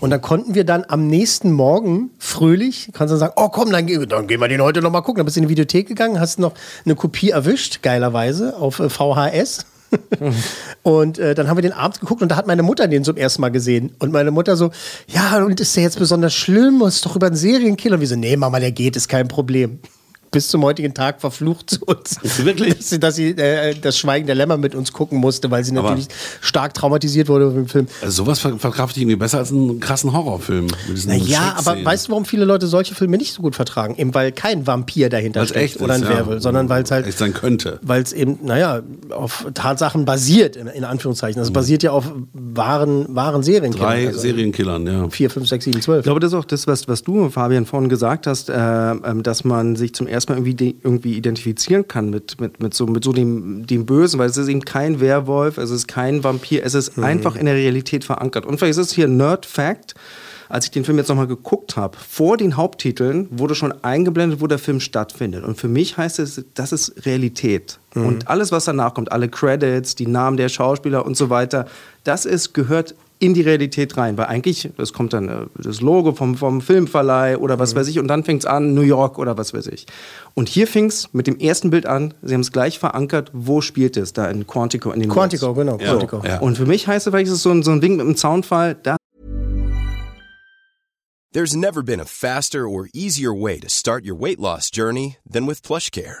Speaker 2: Und da konnten wir dann am nächsten Morgen fröhlich, kannst du sagen, oh komm, dann, geh- dann gehen wir den heute noch mal gucken. Dann bist du in die Videothek gegangen, hast noch eine Kopie erwischt, geilerweise, auf äh, VHS. [LAUGHS] und äh, dann haben wir den abends geguckt und da hat meine Mutter den zum ersten Mal gesehen. Und meine Mutter so, ja, und ist der jetzt besonders schlimm? Ist doch über einen Serienkiller. Und wir so, nee, Mama, der geht, ist kein Problem. Bis zum heutigen Tag verflucht zu uns.
Speaker 3: Wirklich?
Speaker 2: Dass sie, dass sie äh, das Schweigen der Lämmer mit uns gucken musste, weil sie natürlich stark traumatisiert wurde vom Film.
Speaker 3: also sowas ver- verkrafte ich irgendwie besser als einen krassen Horrorfilm. Mit diesen
Speaker 2: Ja, aber
Speaker 3: Schreckszenen.
Speaker 2: weißt du, warum viele Leute solche Filme nicht so gut vertragen? Eben weil kein Vampir dahinter
Speaker 3: Weil's
Speaker 2: steckt
Speaker 3: echt
Speaker 2: oder ein
Speaker 3: ist, ja.
Speaker 2: Werwolf, sondern weil es halt
Speaker 3: Echt sein könnte.
Speaker 2: weil es eben, naja, auf Tatsachen basiert, in, in Anführungszeichen. Das basiert ja auf wahren, wahren Serienkillern.
Speaker 3: Mhm. Drei
Speaker 2: also
Speaker 3: Serienkillern, ja.
Speaker 2: 4, 5, 6, 7, 12.
Speaker 4: Ich glaube, das ist auch das, was, was du, Fabian, vorhin gesagt hast, äh, ähm, dass man sich zum ersten Mal irgendwie, de- irgendwie identifizieren kann mit, mit, mit so, mit so dem, dem Bösen, weil es ist eben kein Werwolf, es ist kein Vampir, es ist einfach in der Realität verankert. Und vielleicht ist es hier ein Nerd-Fact. Als ich den Film jetzt nochmal geguckt habe, vor den Haupttiteln wurde schon eingeblendet, wo der Film stattfindet. Und für mich heißt es, das ist Realität. Und alles, was danach kommt, alle Credits, die Namen der Schauspieler und so weiter, das ist, gehört in die Realität rein, weil eigentlich, das kommt dann äh, das Logo vom, vom Filmverleih oder
Speaker 2: Mhm.
Speaker 4: was weiß ich und dann fängt es an, New York oder was weiß ich. Und hier fing es mit dem ersten Bild an, sie haben es gleich verankert, wo spielt es, da in Quantico. In den
Speaker 2: Quantico, genau,
Speaker 3: Ja.
Speaker 2: Quantico.
Speaker 3: Ja.
Speaker 4: Und für mich heißt es, weil es ist so ein, so ein Ding mit dem Soundfall, da
Speaker 8: There's never been a faster or easier way to start your weight loss journey than with PlushCare.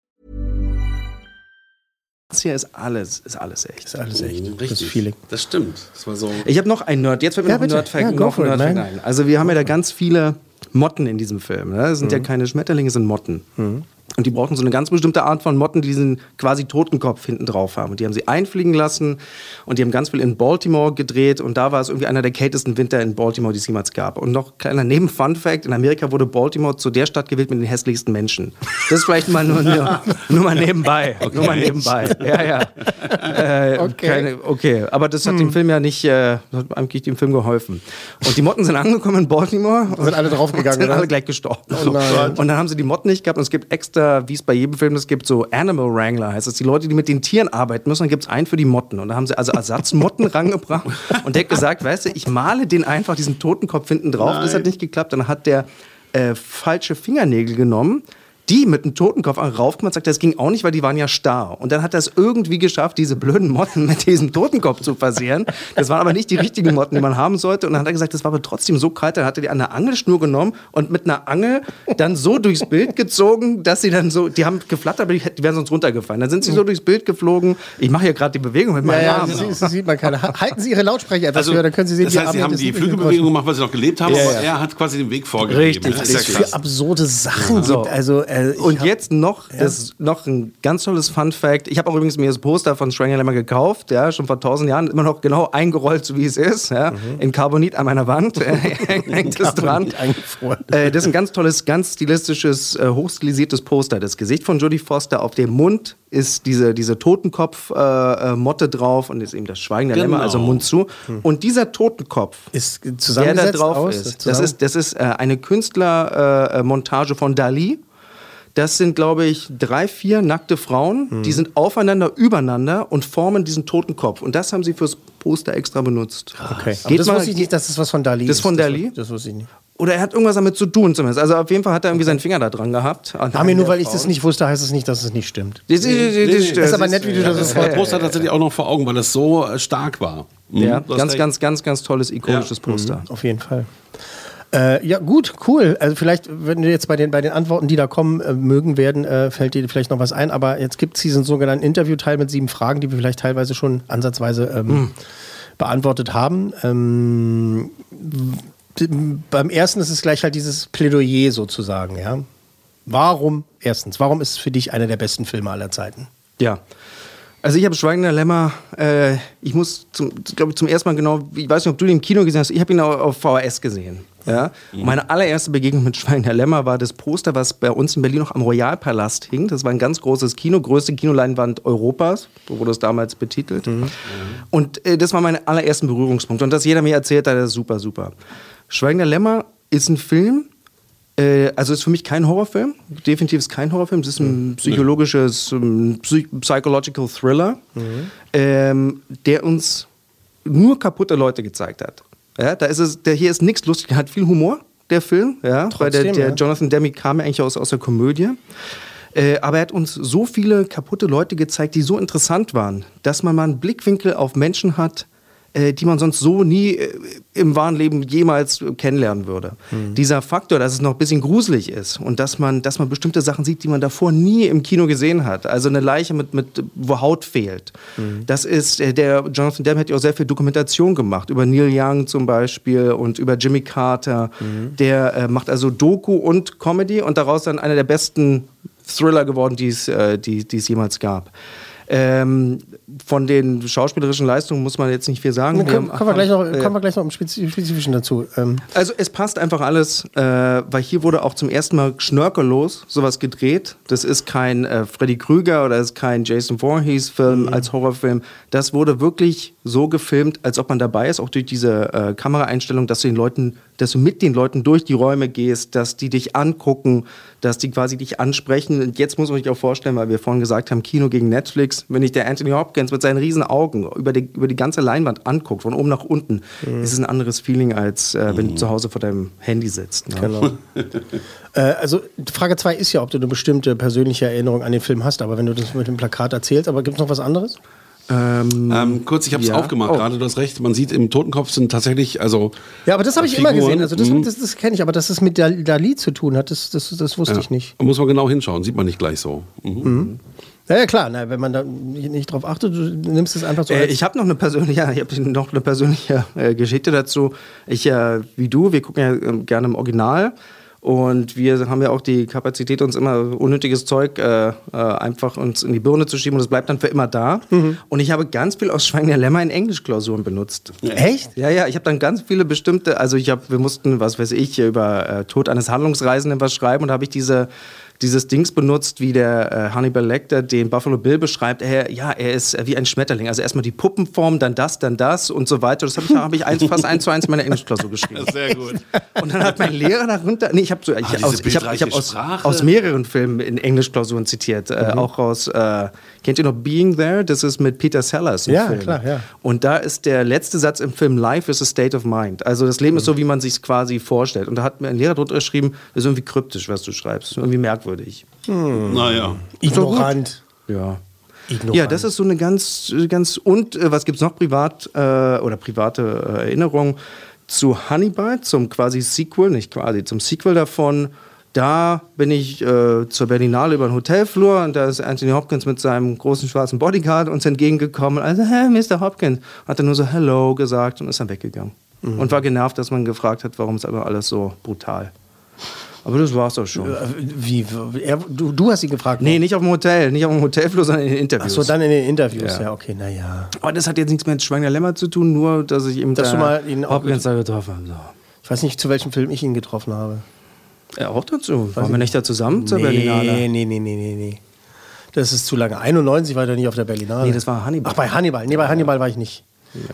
Speaker 4: das hier ist alles, ist alles echt.
Speaker 2: Das ist alles echt. Das
Speaker 3: Mhm, Richtig.
Speaker 2: Feeling.
Speaker 3: Das stimmt. Das war so.
Speaker 4: Ich habe noch einen Nerd. Jetzt wird mir
Speaker 2: Ja,
Speaker 4: noch ein
Speaker 2: bitte.
Speaker 4: Nerd
Speaker 2: Ja, go
Speaker 4: noch
Speaker 2: for
Speaker 4: ein
Speaker 2: it,
Speaker 4: Nerd
Speaker 2: man.
Speaker 4: ein. Also wir haben ja da ganz viele Motten in diesem Film. Ne? Das sind
Speaker 2: Mhm.
Speaker 4: ja keine Schmetterlinge, das sind Motten. Und die brauchten so eine ganz bestimmte Art von Motten, die diesen quasi Totenkopf hinten drauf haben. Und die haben sie einfliegen lassen und die haben ganz viel in Baltimore gedreht. Und da war es irgendwie einer der kältesten Winter in Baltimore, die es jemals gab. Und noch kleiner Neben-Fun-Fact, in Amerika wurde Baltimore zu der Stadt gewählt mit den hässlichsten Menschen. Das ist vielleicht mal nur, nur, nur mal nebenbei. Nur mal nebenbei. Ja, ja. Äh, okay. Keine, okay, aber das hat
Speaker 2: Hm.
Speaker 4: dem Film ja nicht, äh, hat eigentlich dem Film geholfen. Und die Motten sind angekommen in Baltimore. Und
Speaker 2: sind alle draufgegangen,
Speaker 4: [LAUGHS] Sind
Speaker 2: oder?
Speaker 4: alle gleich gestorben.
Speaker 2: Oh nein.
Speaker 4: und dann haben sie die Motten nicht gehabt. Und es gibt extra, wie es bei jedem Film das gibt, so Animal Wrangler heißt es. Die Leute, die mit den Tieren arbeiten müssen, dann gibt es einen für die Motten. Und da haben sie
Speaker 2: [LAUGHS]
Speaker 4: also Ersatzmotten rangebracht. Und der hat gesagt, weißt du, ich male den einfach diesen Totenkopf hinten drauf. Das hat nicht geklappt. Dann hat der äh, falsche Fingernägel genommen die mit dem Totenkopf raufgemacht, sagt, das ging auch nicht, weil die waren ja starr. Und dann hat er es irgendwie geschafft, diese blöden Motten mit diesem Totenkopf zu versehen. Das waren aber nicht die richtigen Motten, die man haben sollte. Und dann hat er gesagt, das war aber trotzdem so kalt, dann hat er die an der Angelschnur genommen und mit einer Angel dann so durchs Bild gezogen, dass sie dann so, die haben geflattert, aber die, hätten- die wären sonst runtergefallen. Dann sind sie so durchs Bild geflogen. Ich mache hier gerade die Bewegung mit meinem
Speaker 2: Ja, genau. ja,
Speaker 4: Arm.
Speaker 2: das, sieht- das sieht man keine. Ha- Halten Sie Ihre Lautsprecher etwas
Speaker 4: Also,
Speaker 2: höher, dann können Sie sehen,
Speaker 3: Also, das heißt, sie haben
Speaker 2: das
Speaker 3: die
Speaker 2: Lied gekostet.
Speaker 3: Flügelbewegung gemacht, weil sie noch gelebt haben,
Speaker 4: Ja,
Speaker 3: aber
Speaker 4: ja.
Speaker 3: er hat quasi den Weg vorgegeben.
Speaker 4: Richtig,
Speaker 3: das ist
Speaker 4: richtig.
Speaker 3: ja
Speaker 2: Für
Speaker 3: krass.
Speaker 2: absurde Sachen
Speaker 4: So.
Speaker 2: gibt. Also, äh, ich
Speaker 4: Und
Speaker 2: hab-
Speaker 4: jetzt noch, das ist noch ein ganz tolles Fun Fact. Ich habe auch übrigens mir das Poster von Stranger Lemmer gekauft, ja, schon vor tausend Jahren, immer noch genau eingerollt, so wie es ist,
Speaker 2: Mhm.
Speaker 4: ja, in Carbonit an meiner Wand
Speaker 2: [LAUGHS]
Speaker 4: äh, hängt es dran.
Speaker 2: Carbonit eingefroren.
Speaker 4: Äh, das ist ein ganz tolles, ganz stilistisches, äh, hochstilisiertes Poster. Das Gesicht von Jodie Foster auf dem Mund ist diese, diese Totenkopf-Motte äh, Motte drauf und ist eben das Schweigen der Lämmer,
Speaker 3: Genau.
Speaker 4: also Mund zu. Und dieser Totenkopf
Speaker 2: Hm. ist
Speaker 4: der
Speaker 2: zusammengesetzt
Speaker 4: da drauf
Speaker 2: aus,
Speaker 4: ist. Das
Speaker 2: zusammen-
Speaker 4: ist, das ist äh, eine Künstlermontage äh, Montage von Dali. Das sind, glaube ich, drei, vier nackte Frauen,
Speaker 2: Hm.
Speaker 4: die sind aufeinander, übereinander und formen diesen Totenkopf. Und das haben sie fürs Poster extra benutzt.
Speaker 2: Ah, Okay. Aber
Speaker 4: Geht
Speaker 2: das
Speaker 4: mal-
Speaker 2: wusste ich nicht, dass das was von Dali
Speaker 4: Das
Speaker 2: ist.
Speaker 4: von
Speaker 2: Das-
Speaker 4: Dali?
Speaker 2: Das wusste ich nicht.
Speaker 4: Oder er hat irgendwas damit zu tun zumindest. Also auf jeden Fall hat er irgendwie seinen Finger da dran gehabt. An
Speaker 2: Aber
Speaker 4: einem
Speaker 2: nur
Speaker 4: der
Speaker 2: weil ich das
Speaker 4: Frauen.
Speaker 2: nicht wusste, heißt es nicht, dass es nicht stimmt.
Speaker 4: Das, das, das, das,
Speaker 2: Ist aber nett, wie du das
Speaker 3: Das
Speaker 2: so
Speaker 4: [LAUGHS]
Speaker 3: war Poster tatsächlich auch noch vor Augen, weil das so äh, stark war. Mhm.
Speaker 4: Ja,
Speaker 3: Du hast
Speaker 4: ganz,
Speaker 3: recht.
Speaker 2: Mhm.
Speaker 4: ganz, ganz, ganz tolles, ikonisches Poster.
Speaker 2: Auf jeden Fall. Äh, ja, gut, cool. Also vielleicht, wenn wir jetzt bei den, bei den Antworten, die da kommen, äh, mögen werden, äh, fällt dir vielleicht noch was ein. Aber jetzt gibt es diesen sogenannten Interviewteil mit sieben Fragen, die wir vielleicht teilweise schon ansatzweise ähm,
Speaker 4: Mhm.
Speaker 2: beantwortet haben. Ähm, d- beim ersten ist es gleich halt dieses Plädoyer sozusagen, ja. Warum, erstens, warum ist es für dich einer der besten Filme aller Zeiten?
Speaker 4: Ja. Also ich habe Schweigender Lämmer, äh, ich muss, zum, glaube ich, zum ersten Mal genau, ich weiß nicht, ob du den im Kino gesehen hast, ich habe ihn au- auf VHS gesehen. Ja? Und meine allererste Begegnung mit Schweigender Lämmer war das Poster, was bei uns in Berlin noch am Royalpalast hing. Das war ein ganz großes Kino, größte Kinoleinwand Europas, so wurde es damals betitelt. Mhm. Und äh, das war mein allerersten Berührungspunkt. Und dass jeder mir erzählt hat, das ist super, super. Schweigender Lämmer ist ein Film, äh, also ist für mich kein Horrorfilm. Definitiv ist kein Horrorfilm. Es ist ein psychologisches, ähm, psych psychological Thriller,
Speaker 2: Mhm.
Speaker 4: ähm, der uns nur kaputte Leute gezeigt hat. Ja, da ist es, der hier ist nichts lustig, der hat viel Humor, der Film. Ja, weil der,
Speaker 2: Trotzdem,
Speaker 4: der
Speaker 2: ja.
Speaker 4: Jonathan Demme kam ja eigentlich aus, aus der Komödie. Äh, aber er hat uns so viele kaputte Leute gezeigt, die so interessant waren, dass man mal einen Blickwinkel auf Menschen hat, äh, die man sonst so nie äh, im wahren Leben jemals äh, kennenlernen würde. Dieser Faktor, dass es noch ein bisschen gruselig ist und dass man, dass man bestimmte Sachen sieht, die man davor nie im Kino gesehen hat. Also eine Leiche, mit, mit, wo Haut fehlt. Das ist, äh, der Jonathan Demme hat ja auch sehr viel Dokumentation gemacht, über Neil Young zum Beispiel und über Jimmy Carter. Der äh, macht also Doku und Comedy und daraus dann einer der besten Thriller geworden, die es, äh, die, die es jemals gab. Ähm, von den schauspielerischen Leistungen muss man jetzt nicht viel sagen.
Speaker 2: Dann
Speaker 4: Wir
Speaker 2: Kommen
Speaker 4: haben-
Speaker 2: kommen wir gleich noch,
Speaker 4: Ja.
Speaker 2: kommen wir gleich noch im Spezi- Spezifischen dazu. Ähm,
Speaker 4: Also es passt einfach alles, äh, weil hier wurde auch zum ersten Mal schnörkellos sowas gedreht. Das ist kein äh, Freddy Krüger oder ist kein Jason Voorhees-Film
Speaker 2: Mhm.
Speaker 4: als Horrorfilm. Das wurde wirklich so gefilmt, als ob man dabei ist, auch durch diese äh, Kameraeinstellung, dass du den Leuten, dass du mit den Leuten durch die Räume gehst, dass die dich angucken, dass die quasi dich ansprechen. Und jetzt muss man sich auch vorstellen, weil wir vorhin gesagt haben, Kino gegen Netflix, wenn ich der Anthony Hopkins mit seinen riesen Augen über die, über die ganze Leinwand anguckt, von oben nach unten, ist es ein anderes Feeling, als äh, wenn du zu Hause vor deinem Handy sitzt. Ne? Genau.
Speaker 2: äh, also Frage 2 ist ja, ob du eine bestimmte persönliche Erinnerung an den Film hast, aber wenn du das mit dem Plakat erzählst, aber gibt es noch was anderes?
Speaker 4: Ähm,
Speaker 3: Ähm, kurz, ich habe es
Speaker 4: Ja.
Speaker 3: aufgemacht
Speaker 4: Oh.
Speaker 3: gerade, du hast recht. Man sieht im Totenkopf sind tatsächlich, also.
Speaker 2: Ja, aber das habe ich
Speaker 3: Figuren,
Speaker 2: immer gesehen. Also das,
Speaker 3: mhm.
Speaker 2: das, das kenne ich, aber dass es mit Dal- Dali zu tun hat, das, das, das wusste ich nicht.
Speaker 3: Muss man genau hinschauen, sieht man nicht gleich so. Mhm.
Speaker 2: Ja, ja klar, na, wenn man da nicht drauf achtet, du nimmst es einfach so.
Speaker 4: Äh,
Speaker 2: als-
Speaker 4: ich habe noch eine persönliche, [LAUGHS] ja, ich hab noch eine persönliche äh, Geschichte dazu. Ich, äh, wie du, wir gucken ja ähm, gerne im Original. Und wir haben ja auch die Kapazität, uns immer unnötiges Zeug äh, äh, einfach uns in die Birne zu schieben und es bleibt dann für immer da.
Speaker 2: Mhm.
Speaker 4: Und ich habe ganz viel aus Schweigen der Lämmer in Englischklausuren benutzt.
Speaker 2: Echt?
Speaker 4: Ja, ja, ich habe dann ganz viele bestimmte, also ich habe, wir mussten, was weiß ich, hier über äh, Tod eines Handlungsreisenden was schreiben und da habe ich diese, dieses Dings benutzt, wie der äh, Hannibal Lecter den Buffalo Bill beschreibt. Er, ja, er ist äh, wie ein Schmetterling. Also erstmal die Puppenform, dann das, dann das und so weiter. Das habe ich, hab ich eins, fast eins zu eins in meiner Englischklausur geschrieben.
Speaker 3: [LAUGHS] Sehr gut. Ah,
Speaker 4: Und dann hat mein Lehrer darunter, nee, ich habe so, ich,
Speaker 3: diese
Speaker 4: aus, ich hab, ich hab
Speaker 3: bildreiche
Speaker 4: aus,
Speaker 3: Sprache.
Speaker 4: aus mehreren Filmen in Englischklausuren zitiert,
Speaker 2: Mhm.
Speaker 4: äh, auch aus, äh, kennt ihr noch Being There? Das ist mit Peter Sellers ein
Speaker 2: Ja,
Speaker 4: Film.
Speaker 2: klar, ja.
Speaker 4: Und da ist der letzte Satz im Film Life is a state of mind. Also das Leben ist
Speaker 2: Mhm.
Speaker 4: so, wie man sich quasi vorstellt. Und da hat mir ein Lehrer drunter geschrieben, das ist irgendwie kryptisch, was du schreibst, irgendwie merkwürdig.
Speaker 3: Naja.
Speaker 2: Ignorant.
Speaker 4: Ja.
Speaker 2: Ignorant.
Speaker 4: Ja, das ist so eine ganz, ganz und äh, was gibt's noch privat äh, oder private äh, Erinnerungen zu Hannibal, zum quasi Sequel, nicht quasi, zum Sequel davon. Da bin ich äh, zur Berlinale über den Hotelflur und da ist Anthony Hopkins mit seinem großen schwarzen Bodyguard uns entgegengekommen. Also, hey, Mr. Hopkins, hat er nur so Hello gesagt und ist dann weggegangen. Und war genervt, dass man gefragt hat, warum ist aber alles so brutal. Aber das war's auch schon.
Speaker 2: Äh, Wie, wie- er, du, du hast ihn gefragt.
Speaker 4: Nee, nicht auf dem Hotel, nicht auf dem Hotelflur, sondern in den Interviews.
Speaker 2: So, dann in den Interviews.
Speaker 4: Ja.
Speaker 2: Ja, okay, naja.
Speaker 4: Aber das hat jetzt nichts mehr mit Schweigender Lämmer zu tun, nur dass ich eben
Speaker 2: Dass
Speaker 4: da
Speaker 2: du mal ihn auch-
Speaker 4: Hopkins da getroffen habe. So.
Speaker 2: Ich weiß nicht, zu welchem Film ich ihn getroffen habe.
Speaker 4: Ja, auch dazu. Waren wir nicht da zusammen zur Berlinale?
Speaker 2: nee, nee, nee, nee, nee. Das ist zu lange. 91 war ich doch nicht auf der Berlinale.
Speaker 4: Nee, das war Hannibal.
Speaker 2: Ach, bei Hannibal. Nee, bei Hannibal war ich nicht.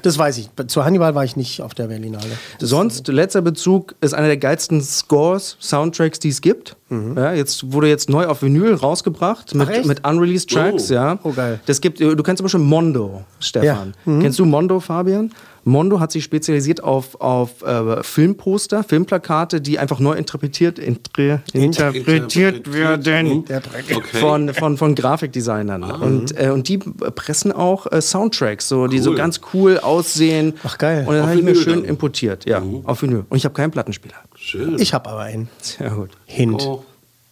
Speaker 2: Das weiß ich. Zu Hannibal war ich nicht auf der Berlinale.
Speaker 4: Sonst, letzter Bezug, ist einer der geilsten Scores, Soundtracks, die es gibt. Ja, jetzt wurde jetzt neu auf Vinyl rausgebracht mit,
Speaker 2: Mhm. echt?
Speaker 4: mit Unreleased Tracks.
Speaker 3: Oh.
Speaker 4: Ja.
Speaker 2: Oh, geil. Mhm.
Speaker 4: Das gibt, äh, du kennst zum Beispiel Mondo, Stefan. Kennst du Mondo, Fabian? Mondo hat sich spezialisiert auf, auf äh, Filmposter, Filmplakate, die einfach neu interpretiert, intre, interpretiert werden.
Speaker 3: Mhm. Okay. Ah. Mhm.
Speaker 4: von, von, von Grafikdesignern. Und, äh, und die pressen auch äh, Soundtracks, so, die so
Speaker 3: Cool.
Speaker 4: ganz cool aussehen.
Speaker 2: Ach, geil.
Speaker 4: Und dann
Speaker 3: Auf
Speaker 4: habe ich mir
Speaker 3: Vinyl
Speaker 4: schön
Speaker 3: dann. Mhm.
Speaker 4: importiert. Ja, auf Vinyl. Und ich habe keinen Plattenspieler.
Speaker 3: Schön.
Speaker 2: Ich habe aber einen
Speaker 4: Sehr gut.
Speaker 2: Hint.
Speaker 3: Oh.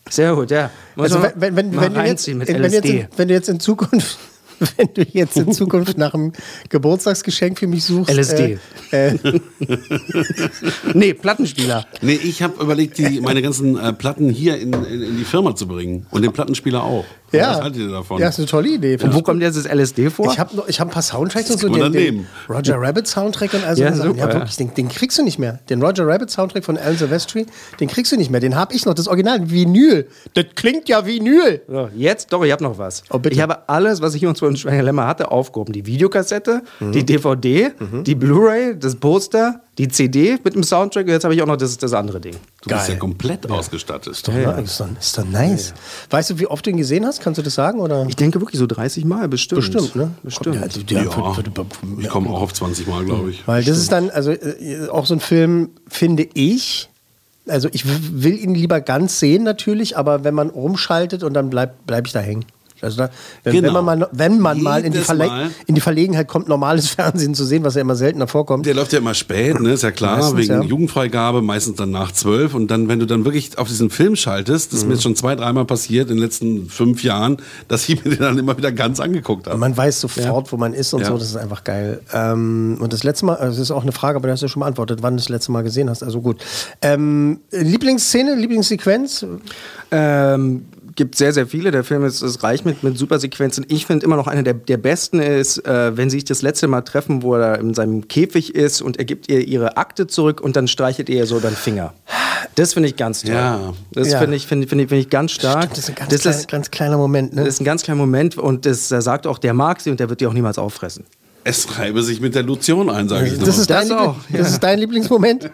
Speaker 4: Sehr gut, ja. Muss
Speaker 2: Also
Speaker 4: man
Speaker 2: wenn, wenn,
Speaker 4: mal
Speaker 2: wenn, du jetzt,
Speaker 4: reinziehen
Speaker 2: in,
Speaker 4: mit
Speaker 2: wenn, du jetzt
Speaker 4: LSD.
Speaker 2: in, wenn du jetzt in Zukunft [LAUGHS] wenn du jetzt in Zukunft nach einem Geburtstagsgeschenk für mich suchst
Speaker 4: LSD.
Speaker 2: äh, äh,
Speaker 4: [LAUGHS] nee, Plattenspieler.
Speaker 3: Nee, ich habe überlegt, die, meine ganzen äh, Platten hier in, in, in die Firma zu bringen. Und den Plattenspieler auch.
Speaker 2: ja
Speaker 3: Was haltet ihr davon?
Speaker 2: ja ist eine tolle Idee
Speaker 4: Und wo kommt jetzt das LSD vor?
Speaker 2: ich habe ich hab ein paar Soundtracks und so
Speaker 3: kann man
Speaker 2: den, den
Speaker 3: dann
Speaker 2: Roger Rabbit Soundtrack und all so
Speaker 4: Ja,
Speaker 2: Sachen.
Speaker 4: super,
Speaker 2: ja,
Speaker 4: ja.
Speaker 2: wirklich, den, den kriegst du nicht mehr. Den Roger Rabbit Soundtrack von Alan Silvestri, den kriegst du nicht mehr. Den habe ich noch, das Original Vinyl. Das klingt ja Vinyl.
Speaker 4: So, jetzt, doch, ich habe noch was.
Speaker 2: Oh, bitte.
Speaker 4: Ich habe alles, was ich hier zu Schweigen Lämmer hatte, aufgehoben. Die Videokassette,
Speaker 2: Mhm.
Speaker 4: die DVD, die Blu-ray, das Poster, die CD mit dem Soundtrack. Und jetzt habe ich auch noch das, das andere Ding.
Speaker 3: du bist ja komplett ausgestattet.
Speaker 2: Ja, ist, doch, ist doch nice. Weißt du, wie oft du ihn gesehen hast? Kannst du das sagen? Oder?
Speaker 4: Ich denke wirklich so 30 Mal, bestimmt.
Speaker 2: Bestimmt, ne?
Speaker 4: Bestimmt.
Speaker 2: Ja, also,
Speaker 3: Ja,
Speaker 2: ja, für- für- für-
Speaker 3: ich komme auch auf 20 Mal, glaube ich.
Speaker 2: Weil das ist dann, also äh, auch so ein Film, finde ich. Also ich w- will ihn lieber ganz sehen natürlich, aber wenn man rumschaltet und dann bleibt bleib ich da hängen. Also da, wenn,
Speaker 3: Genau.
Speaker 2: wenn man mal, wenn man mal, in die,
Speaker 3: Jedes
Speaker 2: Verle
Speaker 3: Mal.
Speaker 2: in die Verlegenheit kommt, normales [LAUGHS] Fernsehen zu sehen, was ja immer seltener vorkommt.
Speaker 3: Der läuft ja immer spät, ne? ist ja klar,
Speaker 2: Meistens,
Speaker 3: wegen
Speaker 2: ja.
Speaker 3: Jugendfreigabe, meistens dann nach zwölf. Und dann, wenn du dann wirklich auf diesen Film schaltest, das ist mir
Speaker 2: Mhm.
Speaker 3: jetzt schon zwei, dreimal passiert in den letzten fünf Jahren, dass ich [LAUGHS] mir den dann immer wieder ganz angeguckt habe.
Speaker 2: Man weiß sofort, wo man ist und
Speaker 3: Ja.
Speaker 2: so, das ist einfach geil. Ähm, und das letzte Mal, also das ist auch eine Frage, aber du hast ja schon beantwortet, wann du das letzte Mal gesehen hast, also gut. Ähm, Lieblingsszene, Lieblingssequenz?
Speaker 4: Ähm, gibt sehr, sehr viele. Der Film ist, ist reich mit, mit Supersequenzen. Ich finde immer noch eine der, der besten ist, äh, wenn sie sich das letzte Mal treffen, wo er in seinem Käfig ist und er gibt ihr ihre Akte zurück und dann streichelt ihr so den Finger. Das finde ich ganz toll.
Speaker 3: Ja.
Speaker 4: Das
Speaker 2: Ja.
Speaker 4: finde ich, finde finde ich, finde ich ganz stark.
Speaker 2: Das ist ein ganz, kleiner, ganz kleiner Moment, ne?
Speaker 4: das ist ein ganz kleiner Moment und das, er sagt auch, der mag sie und der wird die auch niemals auffressen.
Speaker 3: Es reibe sich mit der Lotion ein, sage ich nur.
Speaker 2: Das ist,
Speaker 4: Das
Speaker 2: dein Liebling-
Speaker 4: auch, ja.
Speaker 2: das ist dein Lieblingsmoment?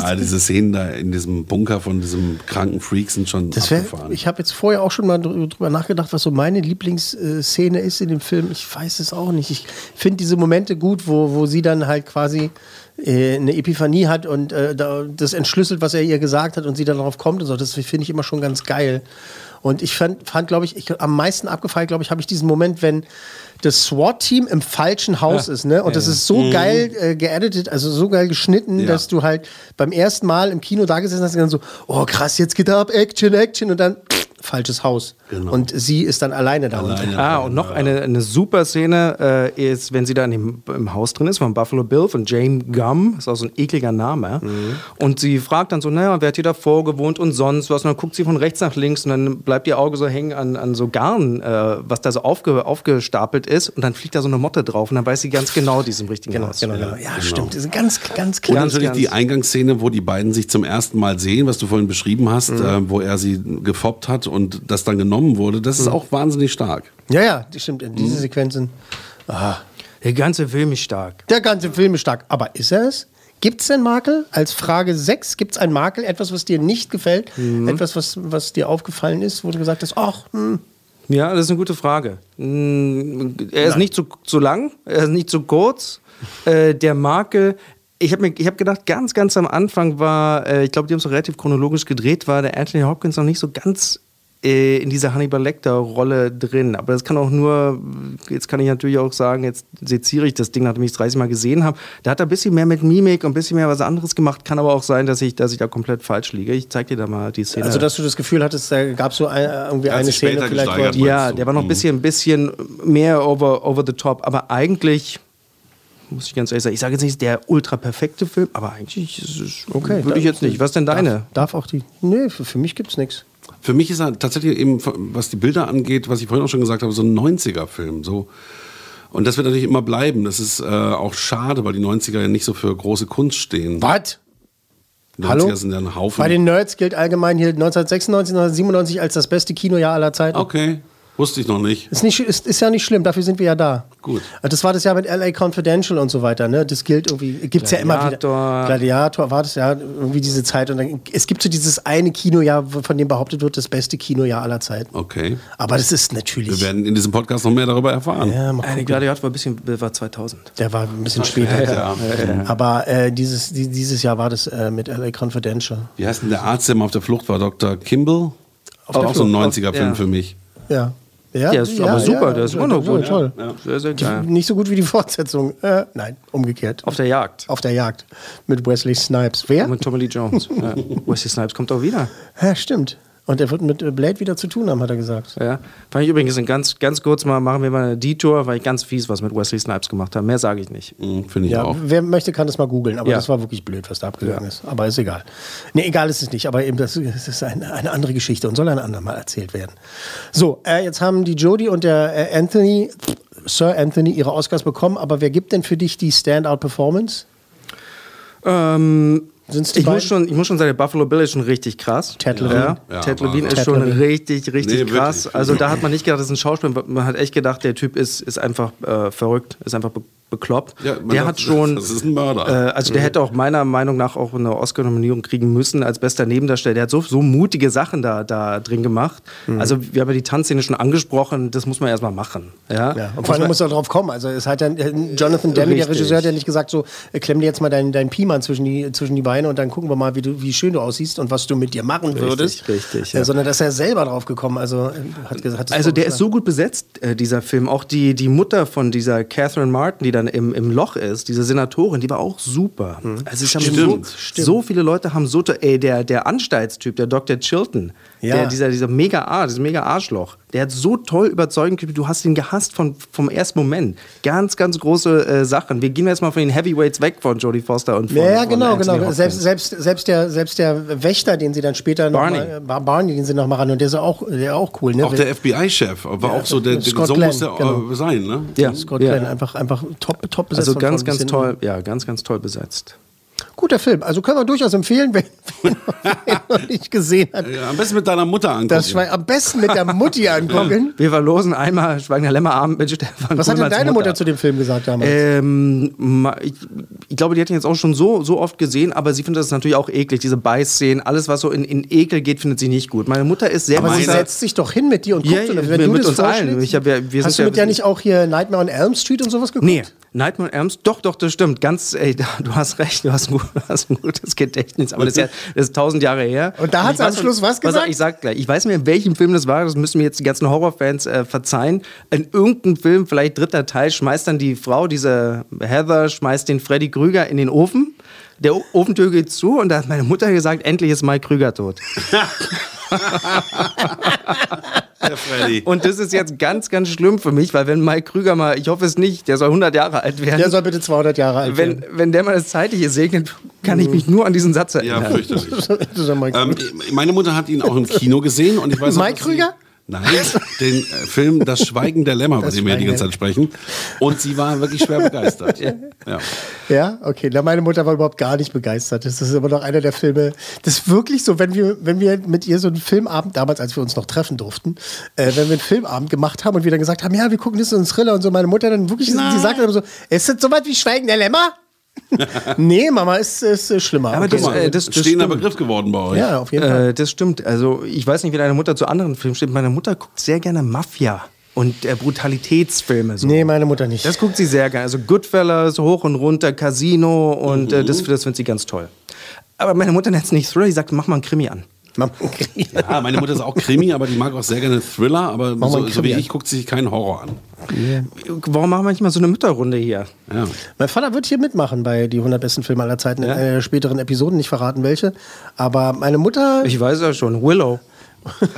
Speaker 3: ja, diese Szenen da in diesem Bunker von diesem kranken Freak sind schon
Speaker 2: Das wär,
Speaker 3: abgefahren.
Speaker 2: ich habe jetzt vorher auch schon mal drü- drüber nachgedacht, was so meine Lieblingsszene ist in dem Film. Ich weiß es auch nicht. Ich finde diese Momente gut, wo, wo sie dann halt quasi äh, eine Epiphanie hat und äh, da, das entschlüsselt, was er ihr gesagt hat und sie dann darauf kommt und so. Das finde ich immer schon ganz geil. Und ich fand, fand glaube ich, ich, am meisten abgefallen, glaube ich, habe ich diesen Moment, wenn das SWAT-Team im falschen Haus ist, ne? Und das ist so geil äh, geeditet, also so geil geschnitten,
Speaker 3: Ja.
Speaker 2: dass du halt beim ersten Mal im Kino da gesessen hast und dann so, oh krass, jetzt geht ab, Action, Action und dann falsches Haus. Und sie ist dann alleine da. unten.
Speaker 3: Alleine.
Speaker 4: Ah, und noch eine, eine super Szene äh, ist, wenn sie da in dem, im Haus drin ist, von Buffalo Bill, von Jane Gum, ist auch so ein ekliger Name.
Speaker 2: Mhm.
Speaker 4: Und sie fragt dann so, naja, wer hat hier davor gewohnt und sonst was? Und dann guckt sie von rechts nach links und dann bleibt ihr Auge so hängen an, an so Garn, äh, was da so aufge, aufgestapelt ist. Und dann fliegt da so eine Motte drauf und dann weiß sie ganz genau, die ist im richtigen Haus.
Speaker 2: Genau, genau. Ja, stimmt. Das ist ganz, ganz
Speaker 3: Und
Speaker 2: klar.
Speaker 4: Ganz,
Speaker 3: natürlich
Speaker 4: ganz.
Speaker 3: die Eingangsszene, wo die beiden sich zum ersten Mal sehen, was du vorhin beschrieben hast,
Speaker 2: Mhm.
Speaker 3: äh, wo er sie gefoppt hat und das dann genommen wurde, das ist
Speaker 2: Mhm.
Speaker 3: auch wahnsinnig stark.
Speaker 2: Ja, ja, das stimmt. Diese Sequenzen. Aha.
Speaker 4: Der ganze Film ist stark.
Speaker 2: Der ganze Film ist stark. Aber ist er es? Gibt es einen Makel? Als Frage 6, gibt es einen Makel? Etwas, was dir nicht gefällt? Etwas, was, was dir aufgefallen ist, wo du gesagt hast, ach, hm.
Speaker 4: Ja, das ist eine gute Frage. Mm, Er ist nicht zu, zu lang, er ist nicht zu kurz. Äh, der Makel, ich habe hab gedacht, ganz, ganz am Anfang war, äh, ich glaube, die haben es noch relativ chronologisch gedreht, war der Anthony Hopkins noch nicht so ganz äh, in dieser Hannibal Lecter-Rolle drin. Aber das kann auch nur, jetzt kann ich natürlich auch sagen, jetzt seziere ich das Ding, nachdem ich es 30 Mal gesehen habe. Da hat er ein bisschen mehr mit Mimik und ein bisschen mehr was anderes gemacht. Kann aber auch sein, dass ich, dass ich da komplett falsch liege. Ich zeig dir da mal die Szene.
Speaker 2: Also, dass du das Gefühl hattest, da gab es so ein, äh, irgendwie
Speaker 3: Er hat
Speaker 2: eine
Speaker 3: sich
Speaker 2: Szene,
Speaker 3: später
Speaker 2: vielleicht.
Speaker 3: gesteigert,
Speaker 2: wo-
Speaker 3: meinst
Speaker 4: Ja,
Speaker 3: du?
Speaker 4: der war noch ein
Speaker 3: Mhm.
Speaker 2: Hm.
Speaker 4: bisschen, bisschen mehr over, over the top. Aber eigentlich, muss ich ganz ehrlich sagen, ich sage jetzt nicht, der ultra perfekte Film, aber eigentlich ist es, okay, würde ich jetzt nicht. Was ist denn deine?
Speaker 2: Darf, darf auch die. Nee, für, für mich gibt's nichts.
Speaker 3: Für mich ist er tatsächlich eben, was die Bilder angeht, was ich vorhin auch schon gesagt habe, so ein 90er-Film. So. Und das wird natürlich immer bleiben. Das ist äh, auch schade, weil die 90er ja nicht so für große Kunst stehen.
Speaker 2: Was?
Speaker 3: Die 90er
Speaker 2: Hallo?
Speaker 3: sind ja ein Haufen.
Speaker 2: Bei den Nerds gilt allgemein hier 1996, 1997 als das beste Kinojahr aller Zeiten.
Speaker 3: okay, wusste ich noch nicht.
Speaker 2: Ist, nicht, ist, ist ja nicht schlimm, dafür sind wir ja da. Also
Speaker 3: Gut.
Speaker 2: Das war das Jahr mit LA Confidential und so weiter, ne? Das gilt irgendwie, gibt's ja immer wieder.
Speaker 4: Gladiator.
Speaker 2: Gladiator war das ja irgendwie diese Zeit. Und dann, es gibt so dieses eine Kinojahr, wo- von dem behauptet wird, das beste Kinojahr aller Zeiten.
Speaker 3: Okay.
Speaker 2: Aber das ist
Speaker 3: Wir
Speaker 2: natürlich.
Speaker 3: werden in diesem Podcast noch mehr darüber erfahren.
Speaker 2: Ja, mal
Speaker 4: Eine
Speaker 2: gucken.
Speaker 4: Gladiator war ein bisschen, war 2000.
Speaker 2: Der war ein bisschen später.
Speaker 3: ja,
Speaker 2: Aber äh, dieses, die, dieses Jahr war das äh, mit LA Confidential.
Speaker 3: Wie heißt denn der Arzt, der immer auf der Flucht war? Dr. Kimball?
Speaker 2: der
Speaker 3: auch so ein
Speaker 4: Flucht.
Speaker 3: 90er-Film
Speaker 4: Ja.
Speaker 3: für mich.
Speaker 2: Ja. Ja,
Speaker 4: Der ist
Speaker 2: ja,
Speaker 4: aber
Speaker 2: ja,
Speaker 4: super,
Speaker 2: ja,
Speaker 4: der ist
Speaker 2: ja,
Speaker 4: immer noch
Speaker 2: ja,
Speaker 4: gut.
Speaker 2: toll.
Speaker 4: Sehr, sehr
Speaker 2: Die,
Speaker 4: geil.
Speaker 2: Nicht so gut wie die Fortsetzung. Äh, nein, umgekehrt.
Speaker 4: Auf der Jagd.
Speaker 2: Auf der Jagd. Mit Wesley Snipes. Wer?
Speaker 4: Mit Tommy
Speaker 2: [LAUGHS]
Speaker 4: Lee Jones. ja. Wesley Snipes kommt auch wieder.
Speaker 2: Ja, stimmt. Und er wird mit äh, Blade wieder zu tun haben, hat er gesagt.
Speaker 4: Ja. Fand ich übrigens ein ganz, ganz kurz mal, machen wir mal eine Detour, weil ich ganz fies was mit Wesley Snipes gemacht habe. Mehr sage ich nicht.
Speaker 3: Mhm, Finde ich
Speaker 2: Ja,
Speaker 3: auch.
Speaker 2: wer möchte, kann das mal googeln. Aber
Speaker 4: Ja.
Speaker 2: das war wirklich blöd, was da abgegangen ist. Aber ist egal. Nee, egal ist es nicht. Aber eben, das, das ist eine, eine andere Geschichte und soll ein andermal erzählt werden. So, äh, jetzt haben die Jodie und der äh, Anthony, Sir Anthony, ihre Oscars bekommen. Aber wer gibt denn für dich die Standout-Performance?
Speaker 4: Ähm,
Speaker 2: Sind's die
Speaker 4: ich,
Speaker 2: beiden?
Speaker 4: muss schon, ich muss schon sagen, der Buffalo Bill ist schon richtig krass.
Speaker 2: Ted Levine.
Speaker 4: Ja.
Speaker 3: Ja,
Speaker 4: Ted Levine
Speaker 3: Wahnsinn.
Speaker 4: ist schon
Speaker 2: Ted Levine.
Speaker 4: richtig, richtig
Speaker 3: Nee,
Speaker 4: krass.
Speaker 3: wirklich.
Speaker 4: Also da hat man nicht gedacht, das ist ein Schauspieler. Man hat echt gedacht, der Typ ist, ist einfach äh, verrückt, ist einfach be bekloppt.
Speaker 3: Ja, man
Speaker 4: der
Speaker 3: sagt,
Speaker 4: hat schon...
Speaker 3: das ist ein Mörder. Mhm.
Speaker 4: Äh, also der hätte auch meiner Meinung nach auch eine Oscar-Nominierung kriegen müssen als bester Nebendarsteller. Der hat so, so mutige Sachen da, da drin gemacht.
Speaker 2: Mhm.
Speaker 4: Also wir haben ja die Tanzszene schon angesprochen, das muss man erstmal machen. Ja?
Speaker 2: Ja, und vor allem muss er drauf kommen. Also es hat ja äh, Jonathan Demme, der
Speaker 4: Richtig.
Speaker 2: Regisseur, hat ja nicht gesagt, so äh, klemm dir jetzt mal deinen dein Piman zwischen die, zwischen die Beine und dann gucken wir mal, wie, du, wie schön du aussiehst und was du mit dir machen würdest.
Speaker 4: richtig,
Speaker 2: Äh,
Speaker 4: ja.
Speaker 2: Sondern dass er selber drauf gekommen also äh, hat gesagt, hat das
Speaker 4: Also der
Speaker 2: vorgeschlagen.
Speaker 4: ist so gut besetzt, äh, dieser Film. Auch die, die Mutter von dieser Catherine Martin, die dann im, im Loch ist, diese Senatorin, die war auch super.
Speaker 2: Mhm.
Speaker 4: Also es haben so,
Speaker 3: Stimmt,
Speaker 4: so viele Leute haben so... to- Ey, der, der Anstaltstyp, der Dr. Chilton,
Speaker 2: Ja.
Speaker 4: der, dieser, dieser mega A, dieses mega Arschloch, der hat so toll überzeugend gespielt. Du hast ihn gehasst von, vom ersten Moment. Ganz, ganz große äh, Sachen. Wir gehen jetzt mal von den Heavyweights weg von Jodie Foster und von
Speaker 2: Ja, ja,
Speaker 4: von
Speaker 2: genau,
Speaker 4: Anthony
Speaker 2: genau.
Speaker 4: Hopkins.
Speaker 2: Selbst, selbst, selbst, der, selbst der Wächter, den sie dann später noch
Speaker 4: Barney.
Speaker 2: mal, äh, Bar- Barney, den sie noch mal ran und der ist auch, der auch cool, ne?
Speaker 3: Auch der FBI-Chef war auch so, der, der
Speaker 2: Scott
Speaker 3: so
Speaker 2: Glenn,
Speaker 3: muss der
Speaker 2: genau.
Speaker 3: äh, sein, ne?
Speaker 4: Ja,
Speaker 2: Scott
Speaker 4: ja.
Speaker 2: Glenn, einfach, einfach top, top besetzt.
Speaker 4: Also
Speaker 2: von
Speaker 4: ganz,
Speaker 2: vorn bis
Speaker 4: ganz
Speaker 2: hinten.
Speaker 4: toll. Ja, ganz, ganz toll besetzt.
Speaker 2: Guter Film. Also können wir durchaus empfehlen, wenn [LAUGHS]
Speaker 4: [LAUGHS]
Speaker 2: wenn man ihn noch nicht gesehen hat.
Speaker 3: Ja, am besten mit deiner Mutter angucken.
Speaker 2: Das Schwein am besten mit der Mutti angucken.
Speaker 4: Wir verlosen einmal Schweigender Lämmerabend mit Stefan
Speaker 2: Was hat denn
Speaker 4: Kuhlmanns
Speaker 2: deine Mutter zu dem Film gesagt damals?
Speaker 4: Ähm, ma- ich, ich glaube, die hat ihn jetzt auch schon so, so oft gesehen, aber sie findet das natürlich auch eklig, diese Beißszenen, alles, was so in, in Ekel geht, findet sie nicht gut. Meine Mutter ist sehr
Speaker 2: aber sie
Speaker 3: meine-
Speaker 2: setzt sich doch hin mit dir und guckt.
Speaker 4: Ja,
Speaker 2: und
Speaker 4: ja,
Speaker 2: wenn du
Speaker 4: mit
Speaker 2: das
Speaker 4: uns allen.
Speaker 2: vorschlägst-
Speaker 4: Ich hab ja- wir
Speaker 2: hast
Speaker 4: sind
Speaker 2: du
Speaker 4: ja-
Speaker 2: mit der nicht auch hier Nightmare on Elm Street und sowas geguckt?
Speaker 4: Nee, Nightmare on Elm Street- doch, doch, das stimmt. Ganz, ey, da- du hast recht, [LAUGHS] du hast ein, gut- hast ein gutes Gedächtnis, aber das ist, ja, das ist tausend Jahre her.
Speaker 2: Und da hat
Speaker 4: ich
Speaker 2: sie am
Speaker 4: weiß-
Speaker 2: Schluss was
Speaker 4: pass auf,
Speaker 2: gesagt?
Speaker 4: Ich sag gleich, ich weiß mir, in welchem Film das war, das müssen mir jetzt die ganzen Horrorfans äh, verzeihen. In irgendeinem Film, vielleicht dritter Teil, schmeißt dann die Frau, diese Heather, schmeißt den Freddy Krüger in den Ofen. Der O- Ofentür geht zu und da hat meine Mutter gesagt, endlich ist Mike Krüger tot.
Speaker 3: [LAUGHS] Der Freddy.
Speaker 4: Und das ist jetzt ganz, ganz schlimm für mich, weil wenn Mike Krüger mal, ich hoffe es nicht, der soll 100 Jahre alt werden.
Speaker 2: Der soll bitte 200 Jahre alt Mhm.
Speaker 4: Wenn, wenn der mal das Zeitliche segnet, kann ich mich nur an diesen Satz
Speaker 3: ja,
Speaker 4: erinnern.
Speaker 3: fürchterlich.
Speaker 2: werden. [LAUGHS] Das ist ja mein
Speaker 3: Ähm,
Speaker 2: Gott.
Speaker 3: meine Mutter hat ihn auch im Kino gesehen und ich weiß auch,
Speaker 2: Mike
Speaker 3: dass
Speaker 2: Krüger?
Speaker 3: Sie, nein, den äh, Film Das Schweigen der Lämmer, über
Speaker 2: Das
Speaker 3: den wir die
Speaker 2: Schweigen
Speaker 3: ganze Zeit halt sprechen. Und sie war wirklich schwer begeistert. Ja.
Speaker 2: ja, okay. Na, meine Mutter war überhaupt gar nicht begeistert. Das ist immer noch einer der Filme. Das ist wirklich so, wenn wir, wenn wir mit ihr so einen Filmabend, damals, als wir uns noch treffen durften, äh, wenn wir einen Filmabend gemacht haben und wir dann gesagt haben, ja, wir gucken das ist so ein Thriller und so, meine Mutter dann wirklich, die sagt dann immer so, ist das so was wie Schweigen der
Speaker 4: [LAUGHS]
Speaker 2: Lämmer? nee, Mama, ist, ist äh, schlimmer.
Speaker 4: Aber
Speaker 3: Guck
Speaker 4: das,
Speaker 3: mal,
Speaker 4: äh, das, das
Speaker 3: stehender
Speaker 4: stimmt.
Speaker 3: Begriff geworden bei euch.
Speaker 2: ja, auf jeden Fall.
Speaker 4: Äh, das stimmt. Also ich weiß nicht, wie deine Mutter zu anderen Filmen steht. Meine Mutter guckt sehr gerne Mafia und äh, Brutalitätsfilme. So.
Speaker 2: Nee, meine Mutter nicht.
Speaker 4: Das guckt sie sehr gerne. Also Goodfellas, hoch und runter, Casino und äh,
Speaker 3: Mhm.
Speaker 4: das, das findet sie ganz toll. Aber meine Mutter nennt es nicht Thriller, sie sagt, mach mal einen Krimi an.
Speaker 2: Mama, [LAUGHS]
Speaker 3: Ah, meine Mutter ist auch Krimi, aber die mag auch sehr gerne Thriller, aber
Speaker 2: Mach mal
Speaker 3: so,
Speaker 2: einen
Speaker 3: so wie
Speaker 2: Krimi an.
Speaker 3: ich guckt sie sich keinen Horror an.
Speaker 4: Warum machen wir nicht mal so eine Mütterrunde hier?
Speaker 3: Ja.
Speaker 2: Mein Vater wird hier mitmachen bei die 100 besten Filme aller Zeiten in einer der späteren Episoden, nicht verraten welche. Aber meine Mutter.
Speaker 4: Ich weiß ja schon, Willow.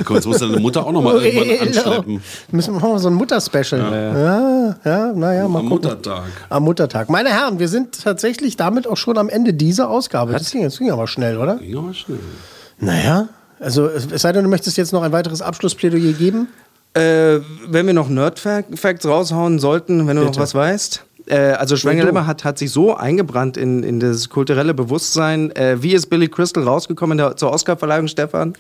Speaker 3: Guck, jetzt muss deine Mutter
Speaker 2: [LAUGHS]
Speaker 3: auch nochmal irgendwann
Speaker 2: Genau.
Speaker 3: anschleppen.
Speaker 2: Müssen wir mal so ein Mutterspecial. Ja, ja, naja, mal
Speaker 3: Am
Speaker 2: gucken.
Speaker 3: Muttertag.
Speaker 2: Am Muttertag. Meine Herren, wir sind tatsächlich damit auch schon am Ende dieser Ausgabe. Das ging, das ging aber schnell, oder?
Speaker 3: Ja, mal schnell.
Speaker 2: Naja. Also, es es sei denn, du möchtest jetzt noch ein weiteres Abschlussplädoyer geben.
Speaker 4: Äh, wenn wir noch Nerd-Facts raushauen sollten, wenn du noch was weißt. Äh, also Schwenger Lämmer hat, hat sich so eingebrannt in, in das kulturelle Bewusstsein. Äh, wie ist Billy Crystal rausgekommen in der, zur Oscarverleihung, Stefan?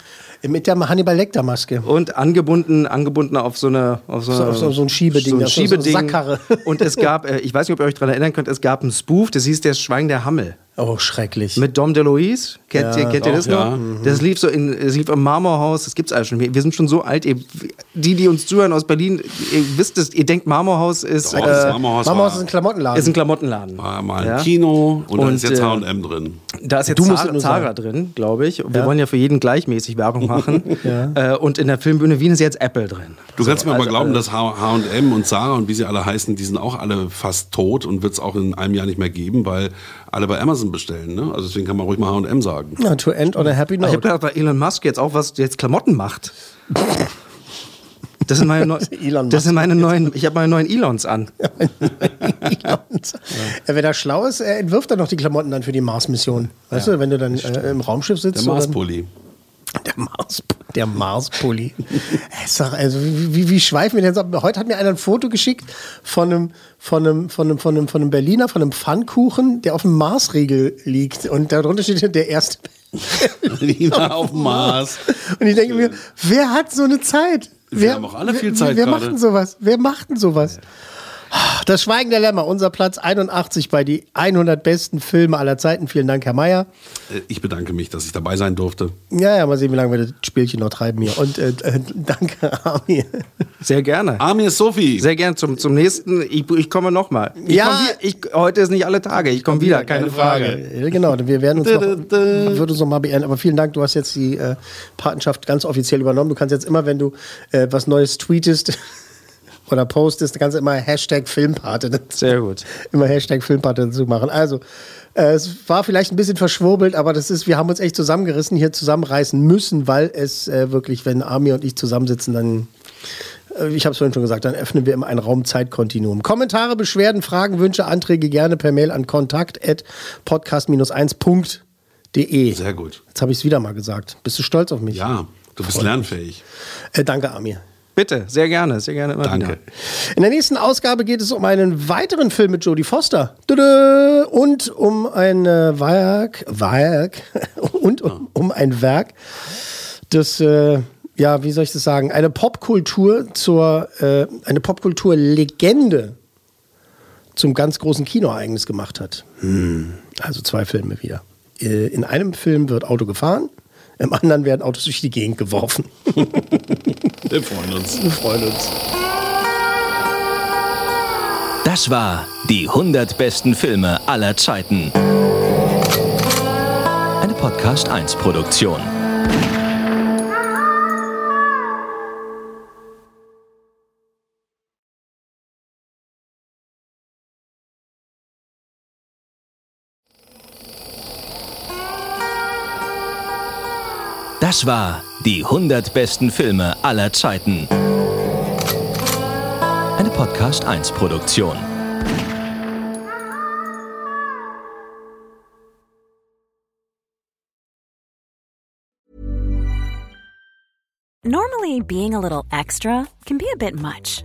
Speaker 2: Mit der Hannibal Lecter-Maske.
Speaker 4: Und angebunden, angebunden auf so eine auf so,
Speaker 2: So- auf so- so ein Schiebeding,
Speaker 4: So ein
Speaker 2: auf so- so eine
Speaker 4: Schiebeding.
Speaker 2: Sackkarre.
Speaker 4: Und es gab, äh, ich weiß nicht, ob ihr euch daran erinnern könnt, es gab einen Spoof, das hieß der Schwein der Hammel.
Speaker 2: Oh, schrecklich.
Speaker 4: Mit Dom DeLuise, kennt, ihr, kennt ihr das
Speaker 3: auch, ja.
Speaker 4: noch?
Speaker 2: Mhm.
Speaker 4: Das lief so in, es lief im Marmorhaus, das gibt's alles schon. Wir, wir sind schon so alt, ihr, die, die uns zuhören aus Berlin, ihr wisst es, ihr denkt Marmorhaus ist,
Speaker 3: Doch, das
Speaker 4: äh,
Speaker 3: Marmorhaus
Speaker 2: Mama aus
Speaker 3: war,
Speaker 2: dem Klamottenladen.
Speaker 4: ist ein Klamottenladen.
Speaker 3: war mal ein
Speaker 4: Ja.
Speaker 3: Kino und, da ist
Speaker 4: Und,
Speaker 3: jetzt
Speaker 4: äh,
Speaker 3: H&M drin.
Speaker 4: Da ist jetzt
Speaker 2: Ah. Du musst
Speaker 4: Zara,
Speaker 2: es nur sagen.
Speaker 4: Zara drin, glaube ich. Wir
Speaker 2: Ja.
Speaker 4: wollen ja für jeden
Speaker 2: [LAUGHS]
Speaker 4: gleichmäßig Werbung machen. äh, und in der Filmbühne Wien ist jetzt Apple drin.
Speaker 3: Du kannst mir
Speaker 4: also,
Speaker 3: aber glauben, dass H- H&M und Zara und wie sie alle heißen, die sind auch alle fast tot und wird es auch in einem Jahr nicht mehr geben, weil alle bei Amazon bestellen. Ne? Also deswegen kann man ruhig mal H&M sagen.
Speaker 2: Ja, to end on a happy
Speaker 4: Ich habe
Speaker 2: note.
Speaker 4: gedacht, weil Elon Musk jetzt auch was jetzt Klamotten macht. Das
Speaker 2: [LAUGHS]
Speaker 4: sind meine, neu
Speaker 2: Elon
Speaker 4: das sind
Speaker 2: Musk
Speaker 4: meine neuen, ich habe meine neuen Elons an.
Speaker 2: [LAUGHS] Ja. Wenn er schlau ist, er entwirft dann noch die Klamotten dann für die Mars-Mission. Weißt du, wenn du dann äh, im Raumschiff sitzt.
Speaker 3: Der
Speaker 2: so dann-
Speaker 3: Marspulli. [LAUGHS]
Speaker 2: Der [LAUGHS] Mars, der Marspulli. Es ist doch- also wie, wie, wie schweifen wir denn jetzt ab? Heute hat mir einer ein Foto geschickt von einem, von einem, von einem, von einem, von einem Berliner, von einem Pfannkuchen, der auf dem Marsriegel liegt. Und darunter steht der erste. [LAUGHS]
Speaker 3: Berliner [LAUGHS] auf dem Mars.
Speaker 2: Und ich denke mir, wer hat so eine Zeit?
Speaker 3: Wir haben auch alle viel
Speaker 2: wer-
Speaker 3: Zeit
Speaker 2: Wer
Speaker 3: gerade.
Speaker 2: macht denn sowas? Wer macht denn sowas? Ah, Das Schweigen der Lämmer, unser Platz 81 bei die 100 besten Filme aller Zeiten. Vielen Dank, Herr Meier.
Speaker 3: Äh, Ich bedanke mich, dass ich dabei sein durfte.
Speaker 2: Ja, ja, mal sehen, wie lange wir das Spielchen noch treiben hier. Und äh, äh, [LAUGHS] danke, Armin.
Speaker 4: Sehr gerne.
Speaker 3: Amir Sophie.
Speaker 4: Sehr gerne zum, zum nächsten. Ich, ich komme nochmal.
Speaker 2: Ja.
Speaker 4: Ich, heute ist nicht alle Tage. Ich komme wieder, keine Frage.
Speaker 2: Ja, genau, wir werden uns noch, würde uns noch mal beehren. Aber vielen Dank, du hast jetzt die äh, Patenschaft ganz offiziell übernommen. Du kannst jetzt immer, wenn du äh, was Neues tweetest [LAUGHS] oder postest, kannst du immer Hashtag Filmpate. dazu-
Speaker 4: [LAUGHS] Sehr gut.
Speaker 2: Immer Hashtag Filmpate dazu machen. Also, äh, es war vielleicht ein bisschen verschwurbelt, aber das ist, wir haben uns echt zusammengerissen, hier zusammenreißen müssen, weil es äh, wirklich, wenn Armin und ich zusammensitzen, dann Äh, ich habe es vorhin schon gesagt, dann öffnen wir immer ein Raum-Zeit-Kontinuum. Kommentare, Beschwerden, Fragen, Wünsche, Anträge gerne per Mail an kontakt.podcast-1.de.
Speaker 3: Sehr gut.
Speaker 2: Jetzt habe ich es wieder mal gesagt. Bist du stolz auf mich?
Speaker 3: Ja, du bist lernfähig.
Speaker 2: Äh, danke, Amir.
Speaker 4: Bitte, sehr gerne, sehr gerne immer wieder.
Speaker 3: Danke.
Speaker 2: In der nächsten Ausgabe geht es um einen weiteren Film mit Jodie Foster. Tudu! Und um ein äh, Werk, Werk, [LAUGHS] und um, um ein Werk, das, äh, ja, wie soll ich das sagen, eine Popkultur zur, äh, eine Popkultur-Legende zum ganz großen Kinoereignis gemacht hat. Also zwei Filme wieder. Äh, In einem Film wird Auto gefahren, im anderen werden Autos durch die Gegend geworfen.
Speaker 3: Wir freuen uns.
Speaker 2: Wir freuen uns.
Speaker 1: Das war die 100 besten Filme aller Zeiten. Eine Podcast 1 Produktion. Das war die 100 besten Filme aller Zeiten. Eine Podcast 1 Produktion.
Speaker 8: Normally, being a little extra can be a bit much,